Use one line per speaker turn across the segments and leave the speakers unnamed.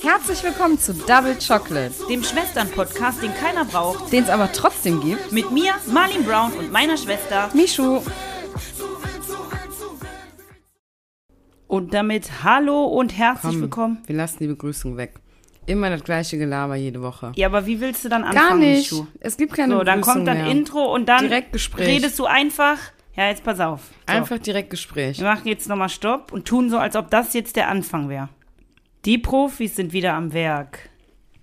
Herzlich willkommen zu Double Chocolate,
dem Schwestern-Podcast, den keiner braucht.
den es aber trotzdem gibt.
Mit mir, Marlene Brown und meiner Schwester.
Michu,
Und damit hallo und herzlich willkommen.
wir lassen die Begrüßung weg. Immer das gleiche Gelaber jede Woche.
Ja, aber wie willst du dann anfangen,
Gar nicht.
Michu?
Es gibt keine
So, dann
Begrüßung
kommt dann
mehr.
Intro und dann
Direkt Gespräch.
redest du einfach. Ja, jetzt pass auf. So.
Einfach direkt Gespräch.
Wir machen jetzt nochmal Stopp und tun so, als ob das jetzt der Anfang wäre. Die Profis sind wieder am Werk,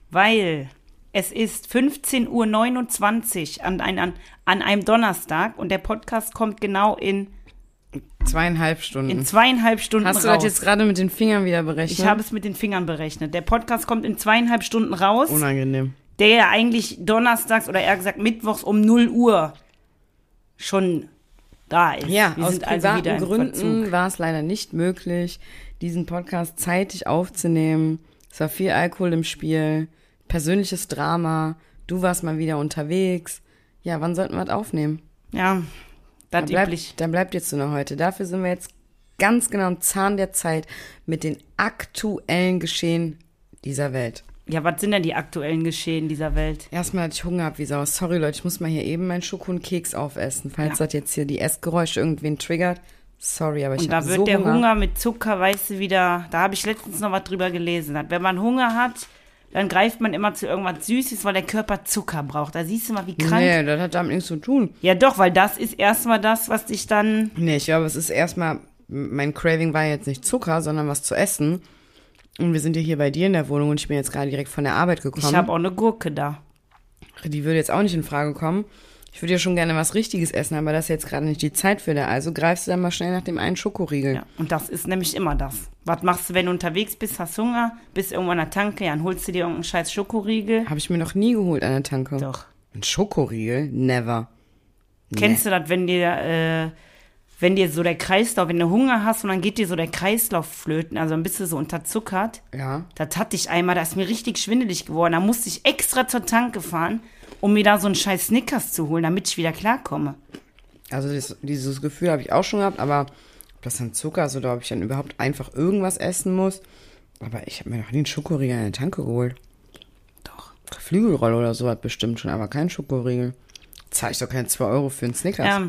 weil es ist 15.29 Uhr an, ein, an, an einem Donnerstag und der Podcast kommt genau in,
Zweieinhalb Stunden.
in zweieinhalb Stunden
Mhm. Hast du
raus.
das jetzt gerade mit den Fingern wieder berechnet?
ich habe es mit den Fingern berechnet. Der Podcast kommt in zweieinhalb Stunden raus,
Unangenehm.
der ja eigentlich donnerstags oder eher gesagt mittwochs um 0 Uhr schon da ist.
Ja,
Wir
aus
sind
privaten
also wieder im Verzug.
Gründen war es leider nicht möglich, diesen Podcast zeitig aufzunehmen. Es war viel Alkohol im Spiel, persönliches Drama, du warst mal wieder unterwegs. Ja, wann sollten wir das aufnehmen?
Ja, das
Dann bleibt,
üblich.
dann bleibt jetzt nur noch heute. Dafür sind wir jetzt ganz genau am Zahn der Zeit mit den aktuellen Geschehen dieser Welt.
Ja, was sind denn die aktuellen Geschehen dieser Welt?
Erstmal hatte ich Hunger ab wie Sau. Sorry, Leute, ich muss mal hier eben meinen Schoko und Keks aufessen. Falls
Ja.
das jetzt hier die Essgeräusche irgendwen triggert, sorry, aber ich
Und da
habe
wird
so
der
Hunger.
Hunger. mit Zucker, weißt du, wieder, da habe ich letztens noch was drüber gelesen. Wenn man Hunger hat, dann greift man immer zu irgendwas Süßes, weil der Körper Zucker braucht. Da siehst du mal, wie krank.
Nee, das hat damit nichts zu tun.
Ja doch, weil das ist erstmal das, was dich dann...
Nee, ich glaube, es ist erstmal, mein Craving war jetzt nicht Zucker, sondern was zu essen. Und wir sind ja hier bei dir in der Wohnung und ich bin jetzt gerade direkt von der Arbeit gekommen.
Ich habe auch eine Gurke da.
Die würde jetzt auch nicht in Frage kommen. Ich würde ja schon gerne was Richtiges essen, aber das ist jetzt gerade nicht die Zeit für da. Also greifst du dann mal schnell nach dem einen Schokoriegel.
Ja. Und das ist nämlich immer das. Was machst du, wenn du unterwegs bist, hast Hunger, bist irgendwo an der Tanke, ja, dann holst du dir irgendeinen scheiß Schokoriegel.
Habe ich mir noch nie geholt an der Tanke.
Doch.
Ein Schokoriegel? Never.
Kennst du das, wenn dir, äh, wenn dir so der Kreislauf, wenn du Hunger hast und dann geht dir so der Kreislauf flöten, also dann bist du so unterzuckert.
Ja.
Das hatte ich einmal, da ist mir richtig schwindelig geworden. Da musste ich extra zur Tanke fahren, um mir da so einen scheiß Snickers zu holen, damit ich wieder klarkomme.
Also das, dieses Gefühl habe ich auch schon gehabt, aber ob das dann Zucker ist oder ob ich dann überhaupt einfach irgendwas essen muss. Aber ich habe mir noch nie einen Schokoriegel an der Tanke geholt.
Doch.
Flügelrolle oder sowas bestimmt schon, aber kein Schokoriegel. Zahle ich doch keine 2 Euro für einen Snickers.
Ja,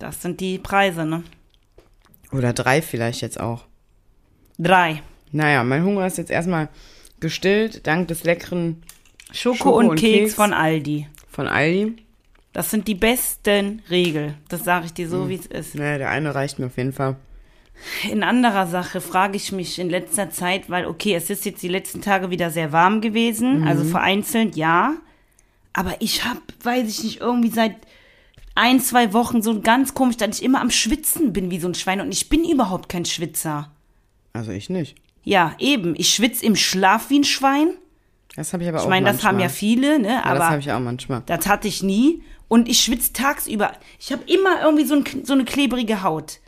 das sind die Preise, ne?
Oder drei vielleicht jetzt auch.
Drei.
Naja, mein Hunger ist jetzt erstmal gestillt, dank des leckeren
Schoko,
Schoko
und,
und
Keks,
Keks.
von Aldi.
von Aldi.
Das sind die besten Regel. Das sage ich dir
Mhm.
so, wie es ist.
Naja, der eine reicht mir auf jeden Fall.
In anderer Sache frage ich mich in letzter Zeit, weil okay, es ist jetzt die letzten Tage wieder sehr warm gewesen,
Mhm.
also vereinzelt ja, aber ich habe, weiß ich nicht, irgendwie seit ein, zwei Wochen so ganz komisch, dass ich immer am Schwitzen bin wie so ein Schwein und ich bin überhaupt kein Schwitzer.
Also ich nicht.
Ja, eben, ich schwitze im Schlaf wie ein Schwein.
Das habe ich aber auch
Ich meine,
manchmal.
das haben ja viele, ne,
Ja, das
aber
habe ich auch manchmal.
das hatte ich nie. Und ich schwitze tagsüber. Ich habe immer irgendwie so, ein, so eine klebrige Haut.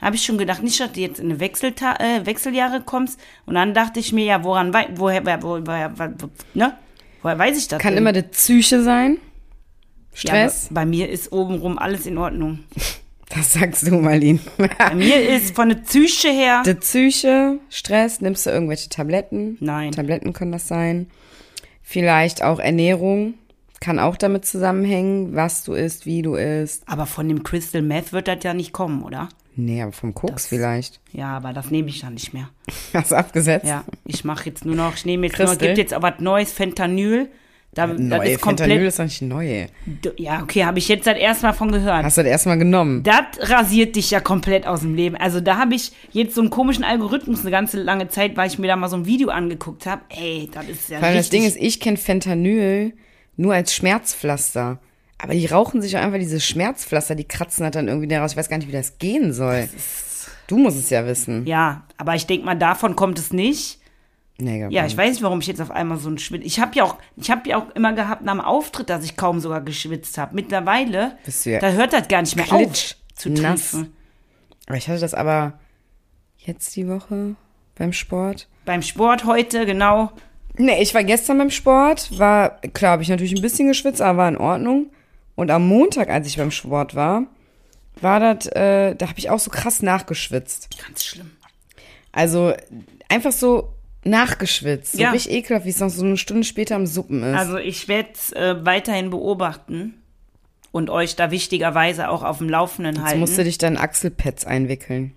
Habe ich schon gedacht, nicht, dass du jetzt in eine Wechselta äh, Wechseljahre kommst. Und dann dachte ich mir, ja, woran, wei- woher, woher, woher, woher, woher, ne? woher weiß ich das?
Kann
denn?
immer der Psyche sein.
ja, aber
Stress.
bei mir ist obenrum alles in Ordnung.
das sagst du, Marlene.
Bei mir ist von der Psyche her.
der Psyche, Stress, nimmst du irgendwelche Tabletten?
Nein.
Tabletten können das sein. Vielleicht auch Ernährung. Kann auch damit zusammenhängen, was du isst, wie du isst.
Aber von dem Crystal Meth wird das ja nicht kommen, oder?
Nee, aber vom Koks vielleicht.
Ja, aber das nehme ich ja nicht mehr.
Hast du abgesetzt?
Ja, ich mache jetzt nur noch, ich nehme jetzt nur,
Christel?
gibt jetzt auch was Neues, Fentanyl. Da, das
Neu,
ist komplett
Fentanyl ist doch nicht neu.
Du- Ja, okay, habe ich jetzt das erstmal von gehört.
Hast du das erstmal genommen?
Das rasiert dich ja komplett aus dem Leben. Also da habe ich jetzt so einen komischen Algorithmus eine ganze lange Zeit, weil ich mir da mal so ein Video angeguckt habe. Ey, das ist ja
Vor allem das
richtig.
Ding ist, ich kenne Fentanyl nur als Schmerzpflaster. Aber die rauchen sich auch einfach diese Schmerzpflaster, die kratzen halt dann irgendwie daraus. Ich weiß gar nicht, wie das gehen soll. Du musst es ja wissen.
ja, aber ich denk mal, davon kommt es nicht.
Nee,
Ja, ich weiß nicht, warum ich jetzt auf einmal so ein Schwitz. Ich habe ja auch, ich habe ja auch immer gehabt nach dem Auftritt, dass ich kaum sogar geschwitzt habe. Mittlerweile,
Bist du ja
da hört das gar nicht mehr
klitsch-
auf zu
nass.
triefen.
Aber ich hatte das aber jetzt die Woche beim Sport.
Beim Sport heute genau.
Nee, ich war gestern beim Sport, war, klar, habe ich natürlich ein bisschen geschwitzt, aber war in Ordnung. Und am Montag, als ich beim Sport war, war das, äh, da habe ich auch so krass nachgeschwitzt.
Ganz schlimm.
Also einfach so nachgeschwitzt. So
Ja.
richtig ekelhaft, wie es noch so eine Stunde später am Suppen ist.
Also ich werde es äh, weiterhin beobachten und euch da wichtigerweise auch auf dem Laufenden
Jetzt
halten.
musst du dich dann Achselpads einwickeln.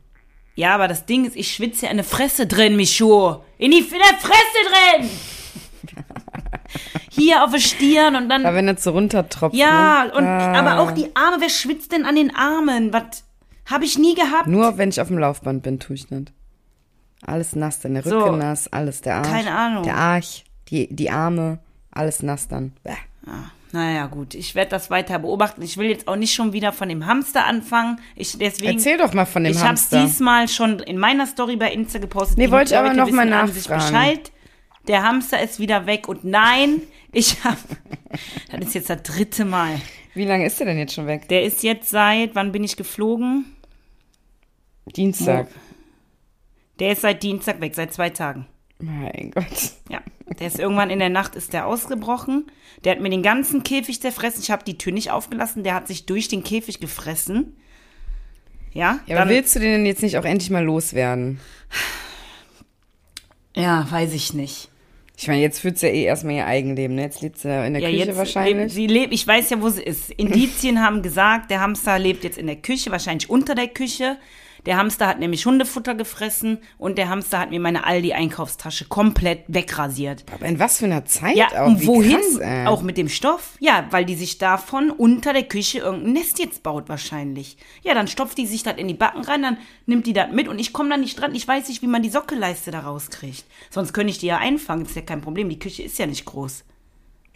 Ja, aber das Ding ist, ich schwitze ja in der Fresse drin, Michu. In die in der Fresse drin! Hier auf der Stirn und dann.
Aber wenn das so runtertropft.
Ja,
ne?
und
Ah.
aber auch die Arme, wer schwitzt denn an den Armen? Was habe ich nie gehabt?
Nur wenn ich auf dem Laufband bin, tue ich nicht. Alles nass, dann der
So.
Rücken nass, alles der Arsch.
Keine Ahnung.
Der Arsch, die, die Arme, alles nass dann. Bäh.
Ah, naja, gut. Ich werde das weiter beobachten. Ich will jetzt auch nicht schon wieder von dem Hamster anfangen. Ich deswegen.
Erzähl doch mal von dem
ich
Hamster.
hab's diesmal schon in meiner Story bei Insta gepostet.
Nee,
Die
wollte ich aber
Leute
noch mal
wissen an sich
nachfragen.
Bescheid. Der Hamster ist wieder weg und nein, ich habe. Das ist jetzt das dritte Mal.
Wie lange ist der denn jetzt schon weg?
Der ist jetzt seit, wann bin ich geflogen?
Dienstag.
Der ist seit Dienstag weg, seit zwei Tagen.
Mein Gott.
Ja, der ist irgendwann in der Nacht ist der ausgebrochen. Der hat mir den ganzen Käfig zerfressen. Ich habe die Tür nicht aufgelassen. Der hat sich durch den Käfig gefressen. Ja,
Ja, aber willst du den denn jetzt nicht auch endlich mal loswerden?
ja weiß ich nicht.
Ich meine, jetzt führt's ja eh erstmal ihr Eigenleben, ne? Jetzt lebt's ja in der
Ja,
Küche
jetzt lebt-
wahrscheinlich.
Sie lebt, ich weiß ja, wo sie ist. Indizien haben gesagt, der Hamster lebt jetzt in der Küche, wahrscheinlich unter der Küche. Der Hamster hat nämlich Hundefutter gefressen und der Hamster hat mir meine Aldi-Einkaufstasche komplett wegrasiert.
aber in was für einer Zeit
Ja,
auch?
und
Wie
wohin?
Krass, ey.
auch mit dem Stoff? Ja, weil die sich davon unter der Küche irgendein Nest jetzt baut wahrscheinlich. Ja, dann stopft die sich das in die Backen rein, dann nimmt die das mit und ich komme da nicht dran. Ich weiß nicht, wie man die Sockelleiste da rauskriegt. Sonst könnte ich die ja einfangen, ist ja kein Problem. Die Küche ist ja nicht groß.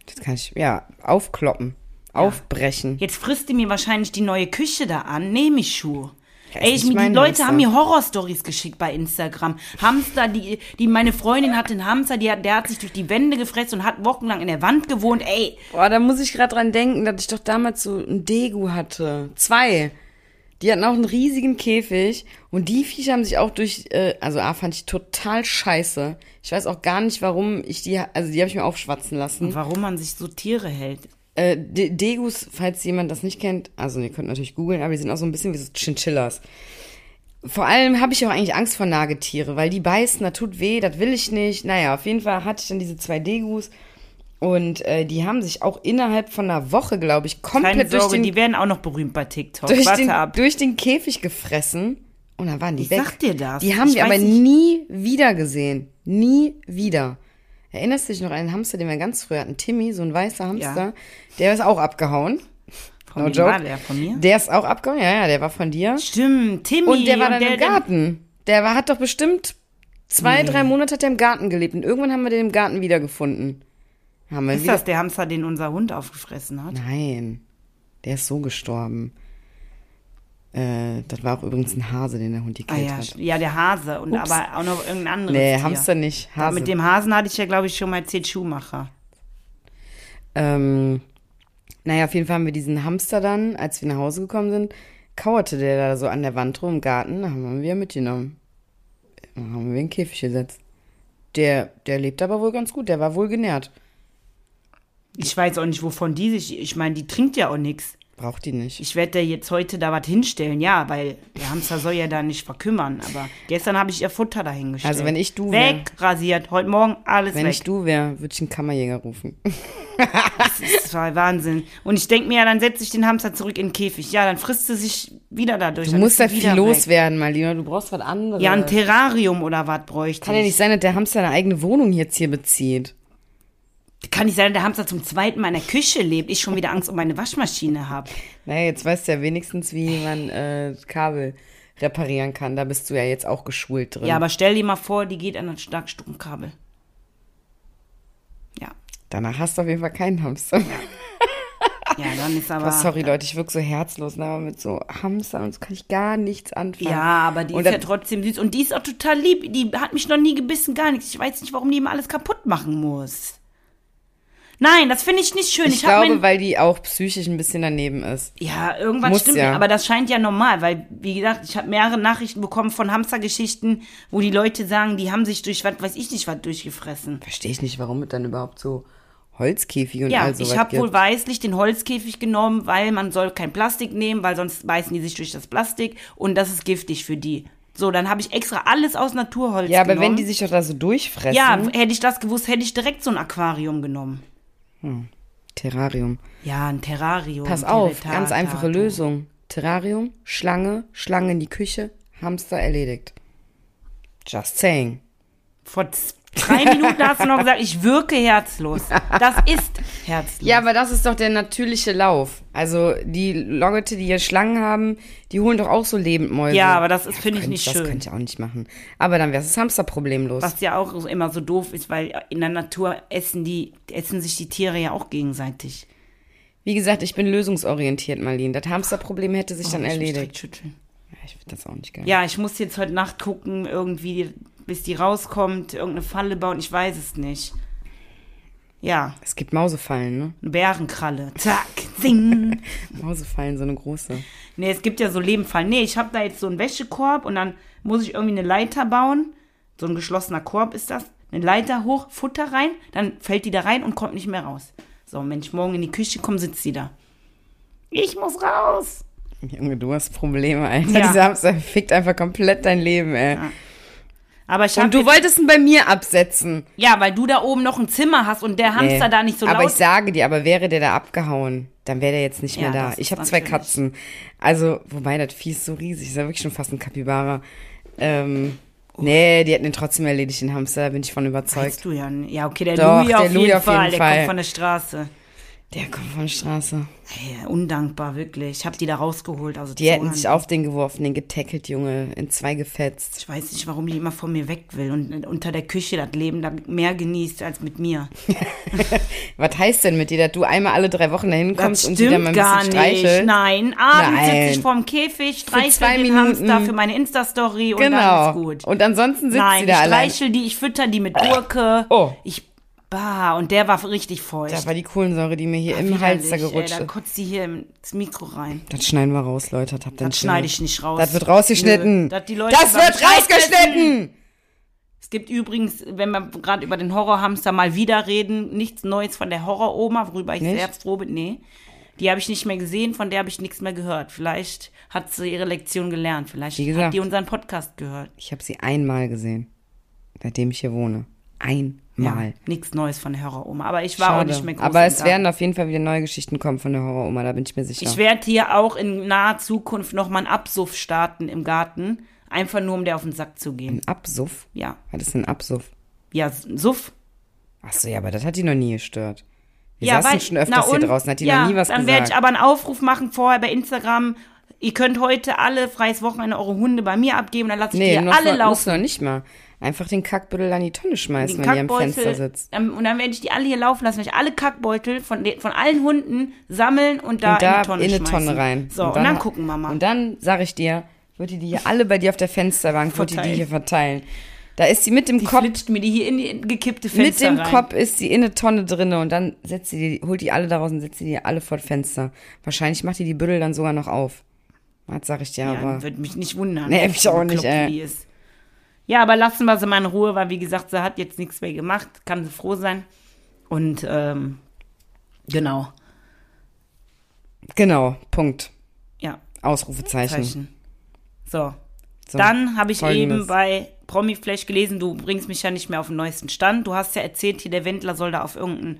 Das kann ich, ja, aufkloppen, aufbrechen.
Jetzt frisst die mir wahrscheinlich die neue Küche da an. Nehme ich Schuhe.
Ja,
Ey,
ist
ich,
nicht
die
mein
Leute
Hamster.
haben mir Horrorstories geschickt bei Instagram. Hamster, die, die meine Freundin hatte einen Hamster, die hat, der hat sich durch die Wände gefressen und hat wochenlang in der Wand gewohnt. Ey,
Boah, da muss ich gerade dran denken, dass ich doch damals so ein Degu hatte. Zwei. Die hatten auch einen riesigen Käfig und die Viecher haben sich auch durch, äh, also A fand ich total scheiße. Ich weiß auch gar nicht, warum ich die, also die habe ich mir aufschwatzen lassen.
warum man sich so Tiere hält.
Äh, De Degus, falls jemand das nicht kennt, also ihr könnt natürlich googeln, aber die sind auch so ein bisschen wie so Chinchillas. Vor allem habe ich auch eigentlich Angst vor Nagetiere, weil die beißen, das tut weh, das will ich nicht. Naja, auf jeden Fall hatte ich dann diese zwei Degus und äh, die haben sich auch innerhalb von einer Woche, glaube ich,
Keine
komplett durch
Sorge,
den,
die werden auch noch berühmt bei TikTok.
durch,
Warte
den,
ab.
durch den Käfig gefressen und dann waren die weg.
sag dir das.
Die haben
Ich
wir aber
weiß nicht-
nie wieder gesehen. Nie wieder. Erinnerst du dich noch an einen Hamster, den wir ganz früher hatten? Timmy, so ein weißer Hamster.
Ja.
Der ist auch abgehauen.
Von
no
wem
joke.
war der? Von mir?
Der ist auch abgehauen, ja, ja, der war von dir.
Stimmt, Timmy.
Und der war dann im
der-
Garten. Der war, hat doch bestimmt zwei, drei Monate hat der im Garten gelebt. Und irgendwann haben wir den im Garten wiedergefunden. Haben wir
Ist
wieder.
das der Hamster, den unser Hund aufgefressen hat?
Nein, der ist so gestorben. Äh, das war auch übrigens ein Hase, den der Hund
Ah,
gekillt
ja,
hat.
ja, der Hase und aber auch noch irgendein anderes
Nee,
Tier.
Hamster nicht, Hase.
Mit dem Hasen hatte ich ja, glaube ich, schon mal erzählt, Schuhmacher.
Ähm, naja, auf jeden Fall haben wir diesen Hamster dann, als wir nach Hause gekommen sind, kauerte der da so an der Wand rum im Garten, dann haben wir ihn wieder mitgenommen. Dann haben wir ihn in den Käfig gesetzt. Der, der lebt aber wohl ganz gut, der war wohl genährt.
Ich weiß auch nicht, wovon die sich. Ich meine, die trinkt ja auch nichts.
Braucht die nicht.
Ich werde der jetzt heute da was hinstellen, ja, weil der Hamster soll ja da nicht verkümmern. Aber gestern habe ich ihr Futter dahingestellt.
Also wenn ich du wär-
Weg, rasiert. Heute Morgen alles
Wenn
weg.
ich du wäre, würde ich einen Kammerjäger rufen.
Das war Wahnsinn. Und ich denke mir, ja, dann setze ich den Hamster zurück in den Käfig. Ja, dann frisst sie sich wieder dadurch.
Du musst da halt viel
loswerden.
loswerden, mein Lieber, du brauchst was anderes.
Ja, ein Terrarium oder was bräuchte
Kann ja nicht sein, dass der Hamster eine eigene Wohnung jetzt hier bezieht.
ich. Kann nicht sein, dass der Hamster zum zweiten Mal in der Küche lebt. Ich schon wieder Angst um meine Waschmaschine habe.
Naja, jetzt weißt du ja wenigstens, wie man äh, Kabel reparieren kann. Da bist du ja jetzt auch geschult drin.
Ja, aber stell dir mal vor, die geht an ein Starkstromkabel. Ja.
Danach hast du auf jeden Fall keinen Hamster.
Ja, dann ist aber.
Boah, sorry, Leute, ich wirke so herzlos, ne? aber mit so Hamster und so kann ich gar nichts anfangen.
Ja, aber die
und
ist ja
dann-
trotzdem süß. Und die ist auch total lieb. Die hat mich noch nie gebissen, gar nichts. Ich weiß nicht, warum die immer alles kaputt machen muss. Nein, das finde ich nicht schön. Ich,
Ich,
hab
glaube,
mein-
weil die auch psychisch ein bisschen daneben ist.
Ja, irgendwas
Muss
stimmt
ja.
nicht, aber das scheint ja normal, weil, wie gesagt, ich habe mehrere Nachrichten bekommen von Hamstergeschichten, wo die Leute sagen, die haben sich durch was, weiß ich nicht was, durchgefressen.
Verstehe ich nicht, warum es dann überhaupt so Holzkäfige und
Ja,
all ne, sowas
ich habe
gibt.
wohl weislich den Holzkäfig genommen, weil man soll kein Plastik nehmen, weil sonst beißen die sich durch das Plastik und das ist giftig für die. So, dann habe ich extra alles aus Naturholz
Ja, aber
genommen.
wenn die sich doch da so durchfressen.
ja, hätte ich das gewusst, hätte ich direkt so ein Aquarium genommen.
Terrarium.
Ja, ein Terrarium.
Pass auf,
Teletata.
ganz einfache Lösung. Terrarium, Schlange, Schlange in die Küche, Hamster erledigt. Just saying.
Vor z- drei Minuten hast du noch gesagt, ich wirke herzlos. Das ist herzlos.
Ja, aber das ist doch der natürliche Lauf. Also die Leute, die hier Schlangen haben, die holen doch auch so Lebendmäuse.
Ja, aber das ist- finde ich
Mensch,
nicht
das
schön.
könnte ich auch nicht machen. Aber dann wäre das Hamsterproblem los.
Was ja auch so- immer so doof ist, weil in der Natur essen die, essen sich die Tiere ja auch gegenseitig.
Wie gesagt, ich bin lösungsorientiert, Marlene. Das Hamsterproblem hätte sich dann
Oh, ich muss
erledigt.
direkt schütteln.
Ja, ich finde das auch nicht geil.
Ja, ich muss jetzt heute Nacht gucken, irgendwie, bis die rauskommt, irgendeine Falle bauen, ich weiß es nicht. Ja,
Es gibt Mausefallen, ne?
eine Bärenkralle. Zack, zing.
Mausefallen, so eine große.
Nee, es gibt ja so Lebenfallen. Nee, ich habe da jetzt so einen Wäschekorb und dann muss ich irgendwie eine Leiter bauen. So ein geschlossener Korb ist das. Eine Leiter hoch, Futter rein, dann fällt die da rein und kommt nicht mehr raus. So, und wenn ich morgen in die Küche komme, sitzt sie da. Ich muss raus.
Junge, du hast Probleme, Alter.
Ja.
Dieser Hamster fickt einfach komplett dein Leben, ey.
Aber ich
Und
hab
du
jetzt,
wolltest ihn bei mir absetzen.
Ja, weil du da oben noch ein Zimmer hast und der Hamster
Nee.
da nicht so laut
Aber ich sage dir, aber wäre der da abgehauen, dann wäre der jetzt nicht
Ja,
mehr da.
das ist
Ich habe zwei
natürlich-
Katzen. Also, wobei, das Vieh ist so riesig. Ist ja wirklich schon fast ein Kapibara. Ähm,
Oh.
nee, die hätten den trotzdem erledigt, den Hamster. Da bin ich von überzeugt.
Weißt du ja, nicht. ja, okay, der
Doch,
Louis
der
auf,
Louis
jeden,
auf
Fall,
jeden
der
Fall.
kommt von der Straße.
Der kommt von der Straße.
Ey, undankbar, wirklich. Ich habe die da rausgeholt. Also
Die hätten sich auf den geworfen, den getackelt, Junge. In zwei gefetzt.
Ich weiß nicht, warum die immer von mir weg will und äh, unter der Küche das Leben da mehr genießt als mit mir.
Was heißt denn mit dir, dass du einmal alle drei Wochen dahin kommst
das
und die dann mal
stimmt
ein
gar
bisschen
nicht.
streichelt?
Nein, abends
Nein.
sitze ich vorm Käfig, streichel
zwei
den
Minuten.
Hamster für meine Insta-Story und
Genau.
dann ist gut.
Und ansonsten sitzt
Nein,
sie
ich
da allein.
streichel die, ich fütter die mit Gurke.
Oh.
Ich, bah, und der war richtig feucht.
Das war die Kohlensäure, die mir hier im Hals da
Widerlich,
gerutscht
Ey, da
ist.
kotzt die hier ins Mikro rein.
Das schneiden wir raus, Leute. Das, habt ihr
Das
nicht
schneide
gehört.
ich nicht raus.
Das wird rausgeschnitten.
Nö, dass die Leute
das
beim
wird
Scheiß
rausgeschnitten.
Es gibt übrigens, wenn wir gerade über den Horrorhamster mal wieder reden, nichts Neues von der Horroroma, worüber ich
Nicht?
sehr froh bin. Nee. Die habe ich nicht mehr gesehen, von der habe ich nichts mehr gehört. Vielleicht hat sie ihre Lektion gelernt. Vielleicht
Wie gesagt.
hat die unseren Podcast gehört.
Ich habe sie einmal gesehen, seitdem ich hier wohne.
Ja,
Einmal.
Nichts Neues von der Horroroma. Aber ich war auch nicht mehr groß
Aber es
im
werden auf jeden Fall wieder neue Geschichten kommen von der Horroroma, da bin ich mir sicher.
Ich werde hier auch in naher Zukunft nochmal einen Absuff starten im Garten. Einfach nur, um der auf den Sack zu gehen.
ein Absuff?
Ja.
Was ist denn ein Absuff?
Ja, Suff.
Achso, ja, aber das hat die noch nie gestört. Wir
ja,
saßen
weil-
schon
na
öfters hier
und?
draußen, hat die
ja,
noch nie was
dann werde
gesagt.
ich aber einen Aufruf machen vorher bei Instagram. Ihr könnt heute alle freies Wochenende eure Hunde bei mir abgeben, dann lasse ich
nee,
die
muss
alle
noch, muss
laufen.
noch nicht mal. Einfach den Kackbüttel an die Tonne schmeißen,
Den
wenn die am
Kackbeutel,
Fenster sitzt.
ähm, und dann werde ich die alle hier laufen lassen, werde ich alle Kackbeutel von, den- von allen Hunden sammeln und da,
und da
in die Tonne
in eine
schmeißen.
Tonne rein.
So, und dann, gucken wir mal.
Und dann sag ich dir, wird die die hier alle bei dir auf der Fensterbank, wird die die
Verteilen.
hier verteilen. Da ist sie mit dem
Die
Kopf,
flitscht mir die hier in die gekippte
mit
Fenster
dem
rein.
Kopf ist sie in eine Tonne drinne und dann setzt sie die, holt die alle daraus und setzt sie die alle vor das Fenster. Wahrscheinlich macht die die Büttel dann sogar noch auf. Das sag ich dir
Ja,
aber.
würde mich nicht wundern.
Nee, mich auch nicht, äh.
Kloppt,
ey.
die ist. Ja, aber lassen wir sie mal in Ruhe, weil wie gesagt, sie hat jetzt nichts mehr gemacht, kann sie froh sein. Und ähm, genau,
Genau, Punkt.
ja,
Ausrufezeichen.
Zeichen. So,
So,
dann habe ich
folgendes.
eben bei Promiflash gelesen, du bringst mich ja nicht mehr auf den neuesten Stand. Du hast ja erzählt, hier der Wendler soll da auf irgendeinen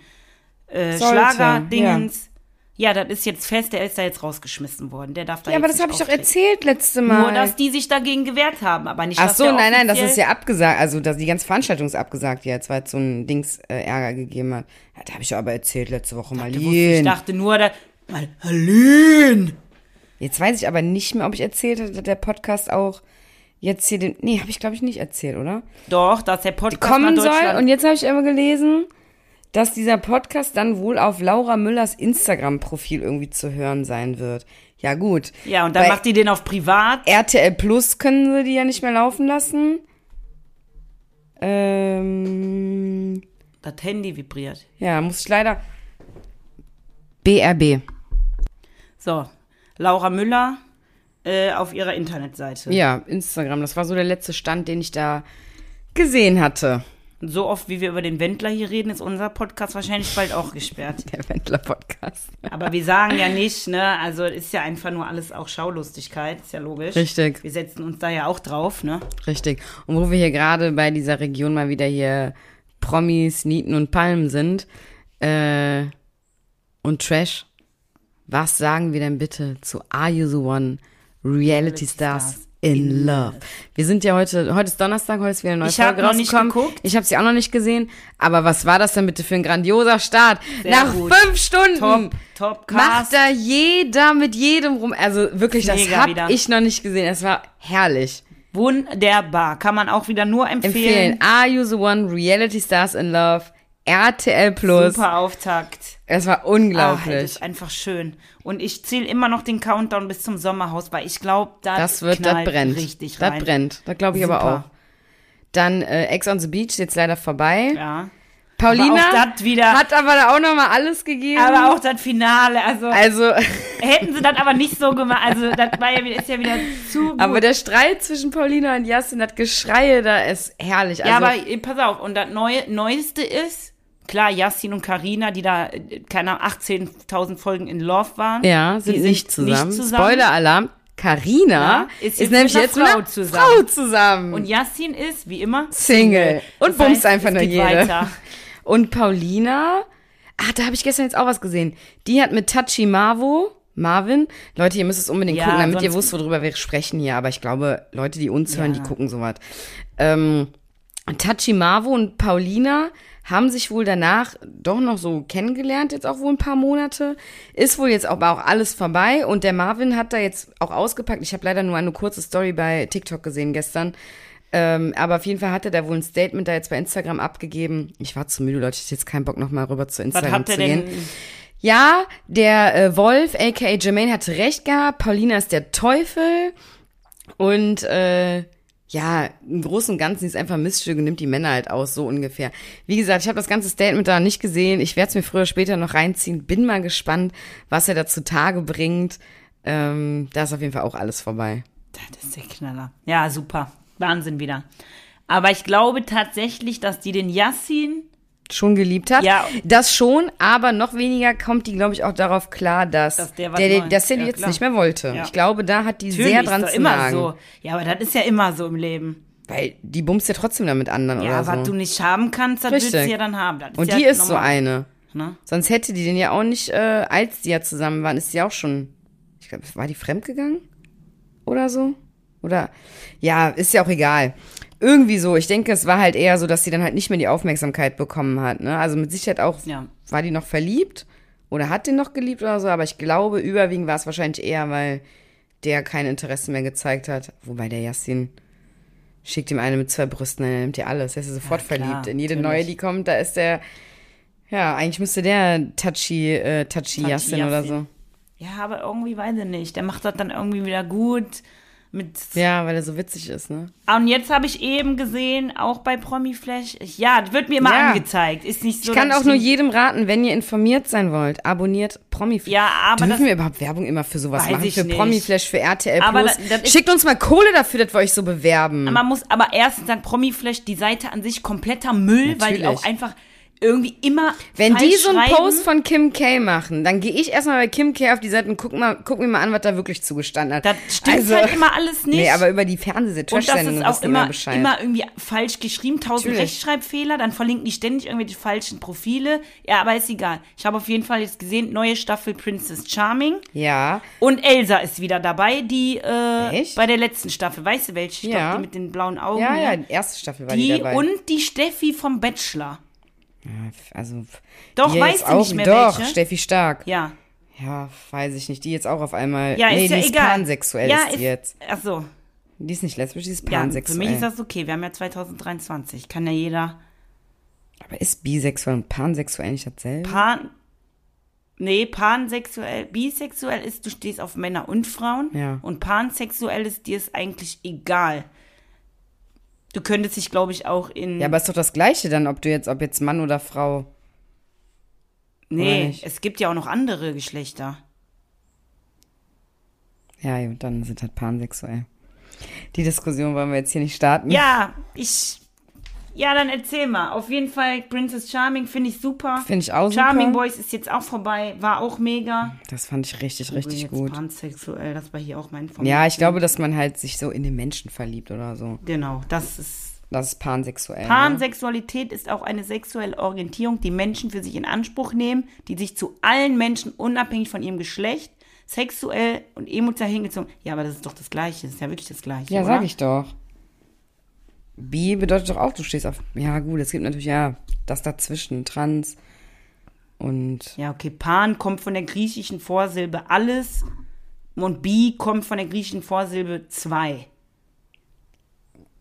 äh,
Sollte,
Schlager-Dingens. Ja. das ist jetzt fest, der ist da jetzt rausgeschmissen worden. Der darf da
Ja,
jetzt
aber das
nicht
habe ich doch
auftreten.
erzählt letzte Mal.
Nur, dass die sich dagegen gewehrt haben, aber nicht,
Ach
dass
so,
der
nein, nein, das ist
offiziell-
ja abgesagt. Also das, die ganze Veranstaltung ist abgesagt jetzt, weil es so ein Dings äh, Ärger gegeben hat. Ja, da habe ich aber erzählt letzte Woche mal.
Du wusstest, Ich
Jetzt
dachte nur, da, mal, Hallöchen.
weiß ich aber nicht mehr, ob ich erzählt hatte, dass der Podcast auch jetzt hier den. Nee, habe ich glaube ich nicht erzählt, oder?
Doch, dass der Podcast
Kommen
nach Deutschland-
soll. Und jetzt habe ich aber gelesen, dass dieser Podcast dann wohl auf Laura Müllers Instagram-Profil irgendwie zu hören sein wird. Ja, gut.
ja, und dann
Bei
macht die den auf privat.
RTL Plus können sie die ja nicht mehr laufen lassen. Ähm.
Das Handy vibriert.
Ja, muss ich leider. BRB.
So, Laura Müller äh, auf ihrer Internetseite.
Ja, Instagram. Das war so der letzte Stand, den ich da gesehen hatte.
So oft, wie wir über den Wendler hier reden, ist unser Podcast wahrscheinlich bald auch gesperrt.
Der Wendler-Podcast.
Aber wir sagen ja nicht, ne? Also ist ja einfach nur alles auch Schaulustigkeit, ist ja logisch.
Richtig.
Wir setzen uns da ja auch drauf, ne?
Richtig. Und wo wir hier gerade bei dieser Region mal wieder hier Promis, Nieten und Palmen sind äh, und Trash, was sagen wir denn bitte zu Are You the One Reality, Stars,
Stars
in, Love? Wir sind ja heute, heute ist Donnerstag, heute ist wieder eine neue
Ich hab
Folge
noch nicht
rausgekommen.
geguckt.
Ich habe sie auch noch nicht gesehen, aber was war das denn bitte für ein grandioser Start?
Sehr
Nach
gut.
fünf Stunden
Top, top,
Hm. macht
Cast.
da jeder mit jedem rum. Also wirklich, das
Mega wieder.
habe ich noch nicht gesehen. Es war herrlich.
Wunderbar. Kann man auch wieder nur empfehlen.
empfehlen. Are You the One? Reality Stars in Love. RTL Plus.
Super Ah, Auftakt.
Es war
Ach, das
Ah, unglaublich.
ist einfach schön. Und ich zähle immer noch den Countdown bis zum Sommerhaus, weil ich glaube, da
das wird, das brennt.
richtig
das
rein.
brennt. Das glaube ich aber
Super.
auch. Dann äh, Ex on the Beach, jetzt leider vorbei.
Ja.
Paulina
Aber auch das wieder-
hat aber da auch nochmal alles gegeben.
Aber auch das Finale, also
also,
hätten sie das aber nicht so gemacht, also das war ja, wieder- ist ja wieder zu gut.
aber der Streit zwischen Paulina und Justin, das Geschreie da ist herrlich. Also,
ja, aber eh, pass auf, und das Neue, Neueste ist, klar, Yassin und Karina, die da, äh, keine Ahnung, 18.000 Folgen in Love waren.
Ja, sind
die
nicht zusammen.
Nicht zusammen.
Spoiler-Alarm. Karina
Ja, ist
ist,
jetzt
nämlich
mit einer
jetzt mit
Frau
einer
zusammen.
Frau zusammen.
Und Yassin ist, wie immer,
Single. Und
Das
bumst
heißt,
einfach
es
nur
geht
jede.
weiter.
Und Paulina, ah, da habe ich gestern jetzt auch was gesehen. Die hat mit Tachi Marvo, Marvin, Leute, ihr müsst es unbedingt
Ja,
gucken, damit ihr
sonst-
wisst, worüber wir sprechen hier. Aber ich glaube, Leute, die uns hören,
Ja.
die gucken sowas. Ähm, Tachi Marvo und Paulina haben sich wohl danach doch noch so kennengelernt, jetzt auch wohl ein paar Monate. Ist wohl jetzt aber auch alles vorbei und der Marvin hat da jetzt auch ausgepackt. Ich habe leider nur eine kurze Story bei TikTok gesehen gestern. Ähm, aber auf jeden Fall hat er da wohl ein Statement da jetzt bei Instagram abgegeben. Ich war zu müde, Leute, ich hatte jetzt keinen Bock nochmal rüber zu
Was
Instagram
habt ihr
zu gehen.
denn?
Ja, der äh, Wolf, aka Jermaine, hatte recht gehabt. Paulina ist der Teufel. Und äh, ja, im Großen und Ganzen ist einfach Missstück und nimmt die Männer halt aus, so ungefähr. Wie gesagt, ich habe das ganze Statement da nicht gesehen. Ich werde es mir früher oder später noch reinziehen. Bin mal gespannt, was er da zutage bringt. Ähm, da ist auf jeden Fall auch alles vorbei.
Das ist der Knaller. Ja, super. Wahnsinn wieder. Aber ich glaube tatsächlich, dass die den Yassin,
Schon geliebt hat.
Ja.
Das schon, aber noch weniger kommt die, glaube ich, auch darauf klar, dass,
Dass der was
der,
Neues-
dass der die
ja,
jetzt
klar.
nicht mehr wollte.
Ja.
Ich glaube, da hat die
Natürlich,
sehr dran
ist doch
zu
immer
nagen.
so. Ja, aber das ist ja immer so im Leben.
Weil die bumst ja trotzdem dann mit anderen
Ja,
oder
was
so.
du nicht haben kannst, das willst du
Richtig.
ja dann haben. Das ist
Und
ja halt
die ist so
normal,
eine.
Ne?
Sonst hätte die den ja auch nicht, äh, als die ja zusammen waren, ist die auch schon, ich glaube, war die fremdgegangen? Oder so? Oder, ja, ist ja auch egal. Irgendwie so. Ich denke, es war halt eher so, dass sie dann halt nicht mehr die Aufmerksamkeit bekommen hat. Ne? Also mit Sicherheit auch,
Ja.
war die noch verliebt oder hat den noch geliebt oder so. Aber ich glaube, überwiegend war es wahrscheinlich eher, weil der kein Interesse mehr gezeigt hat. Wobei der Yassin schickt ihm eine mit zwei Brüsten, dann nimmt ihr alles. Er ist ja sofort
klar,
verliebt. In jede neue,
natürlich.
die kommt, da ist der ja, eigentlich müsste der Tachi, äh, Tachi
Tachi
Yassin oder so.
Yassin. Ja, aber irgendwie weiß ich nicht. Der macht das dann irgendwie wieder gut. Mit
Ja, weil er so witzig ist, ne?
Ah, Und jetzt habe ich eben gesehen, auch bei Promiflash. Ja, das wird mir immer
Ja.
angezeigt. Ist nicht so.
Ich kann
dass
auch nur
den-
jedem raten, wenn ihr informiert sein wollt, abonniert Promiflash.
Ja, aber das-
Dürfen wir überhaupt Werbung immer für sowas
Weiß
machen?
ich
Für
nicht.
Promiflash, für RTL+.
Aber
Plus.
da- das ist-
Schickt uns mal Kohle dafür, dass wir euch so bewerben.
Man muss aber erst dann Promiflash die Seite an sich kompletter Müll, weil die
Natürlich.
auch einfach irgendwie immer.
wenn
falsch
die so einen
schreiben.
Post von Kim K machen, dann gehe ich erstmal bei Kim K auf die Seite und guck, mal, guck mir mal an, was da wirklich zugestanden hat.
Das stimmt
Also-
halt immer alles nicht.
Nee, aber über die Fernsehsendung,
und das
Trash-Sendung
ist
wissen
auch
die immer
immer,
Bescheid.
immer irgendwie falsch geschrieben, tausend
Natürlich.
Rechtschreibfehler, dann verlinken die ständig irgendwelche falschen Profile. Ja, aber ist egal. Ich habe auf jeden Fall jetzt gesehen, neue Staffel Princess Charming.
ja,
Und Elsa ist wieder dabei, die äh,
Echt?
bei der letzten Staffel, weißt du welche? Ich
Ja.
glaub, die mit den blauen Augen.
ja, ja,
ne?
die erste Staffel war die,
Die
dabei.
und die Steffi vom Bachelor.
Also
Doch,
die
weißt
jetzt
du
auch,
nicht mehr
Doch,
welche?
Steffi Stark. Ja.
Ja.
weiß ich nicht. Die jetzt auch auf einmal.
Ja,
nee,
ist
die
ja
ist
egal.
pansexuell
ja,
ist die jetzt.
Ach so.
Die ist nicht lesbisch, die ist
Ja,
pansexuell.
für mich ist das okay. Wir haben ja 2023. Kann ja jeder
Aber ist bisexuell und pansexuell nicht dasselbe?
pan. Nee, pansexuell. Bisexuell ist, du stehst auf Männer und Frauen.
Ja.
Und pansexuell ist, dir ist eigentlich egal. Du könntest dich, glaube ich, auch in.
ja, aber ist doch das Gleiche dann, ob du jetzt, ob jetzt Mann oder Frau.
nee,
nicht.
es gibt ja auch noch andere Geschlechter.
Ja, gut, dann sind halt pansexuell. Die Diskussion wollen wir jetzt hier nicht starten.
Ja, ich. Ja, dann erzähl mal. Auf jeden Fall Princess Charming finde ich super.
Finde ich auch
Charming
super.
Boys ist jetzt auch vorbei, war auch mega.
Das fand ich richtig,
Ich
richtig
jetzt
gut.
Pansexuell, das war hier auch mein Format.
Ja, ich glaube, dass man halt sich so in den Menschen verliebt oder so.
Genau, das ist.
Das ist pansexuell. ne?
Pansexualität ist auch eine sexuelle Orientierung, die Menschen für sich in Anspruch nehmen, die sich zu allen Menschen unabhängig von ihrem Geschlecht sexuell und emotional hingezogen. Ja, aber das ist doch das Gleiche. Das ist ja wirklich das Gleiche.
Ja,
oder?
sag ich doch. Bi bedeutet doch auch, du stehst auf. Ja, gut, es gibt natürlich ja das dazwischen, trans und
Ja, okay. Pan kommt von der griechischen Vorsilbe alles und bi kommt von der griechischen Vorsilbe zwei.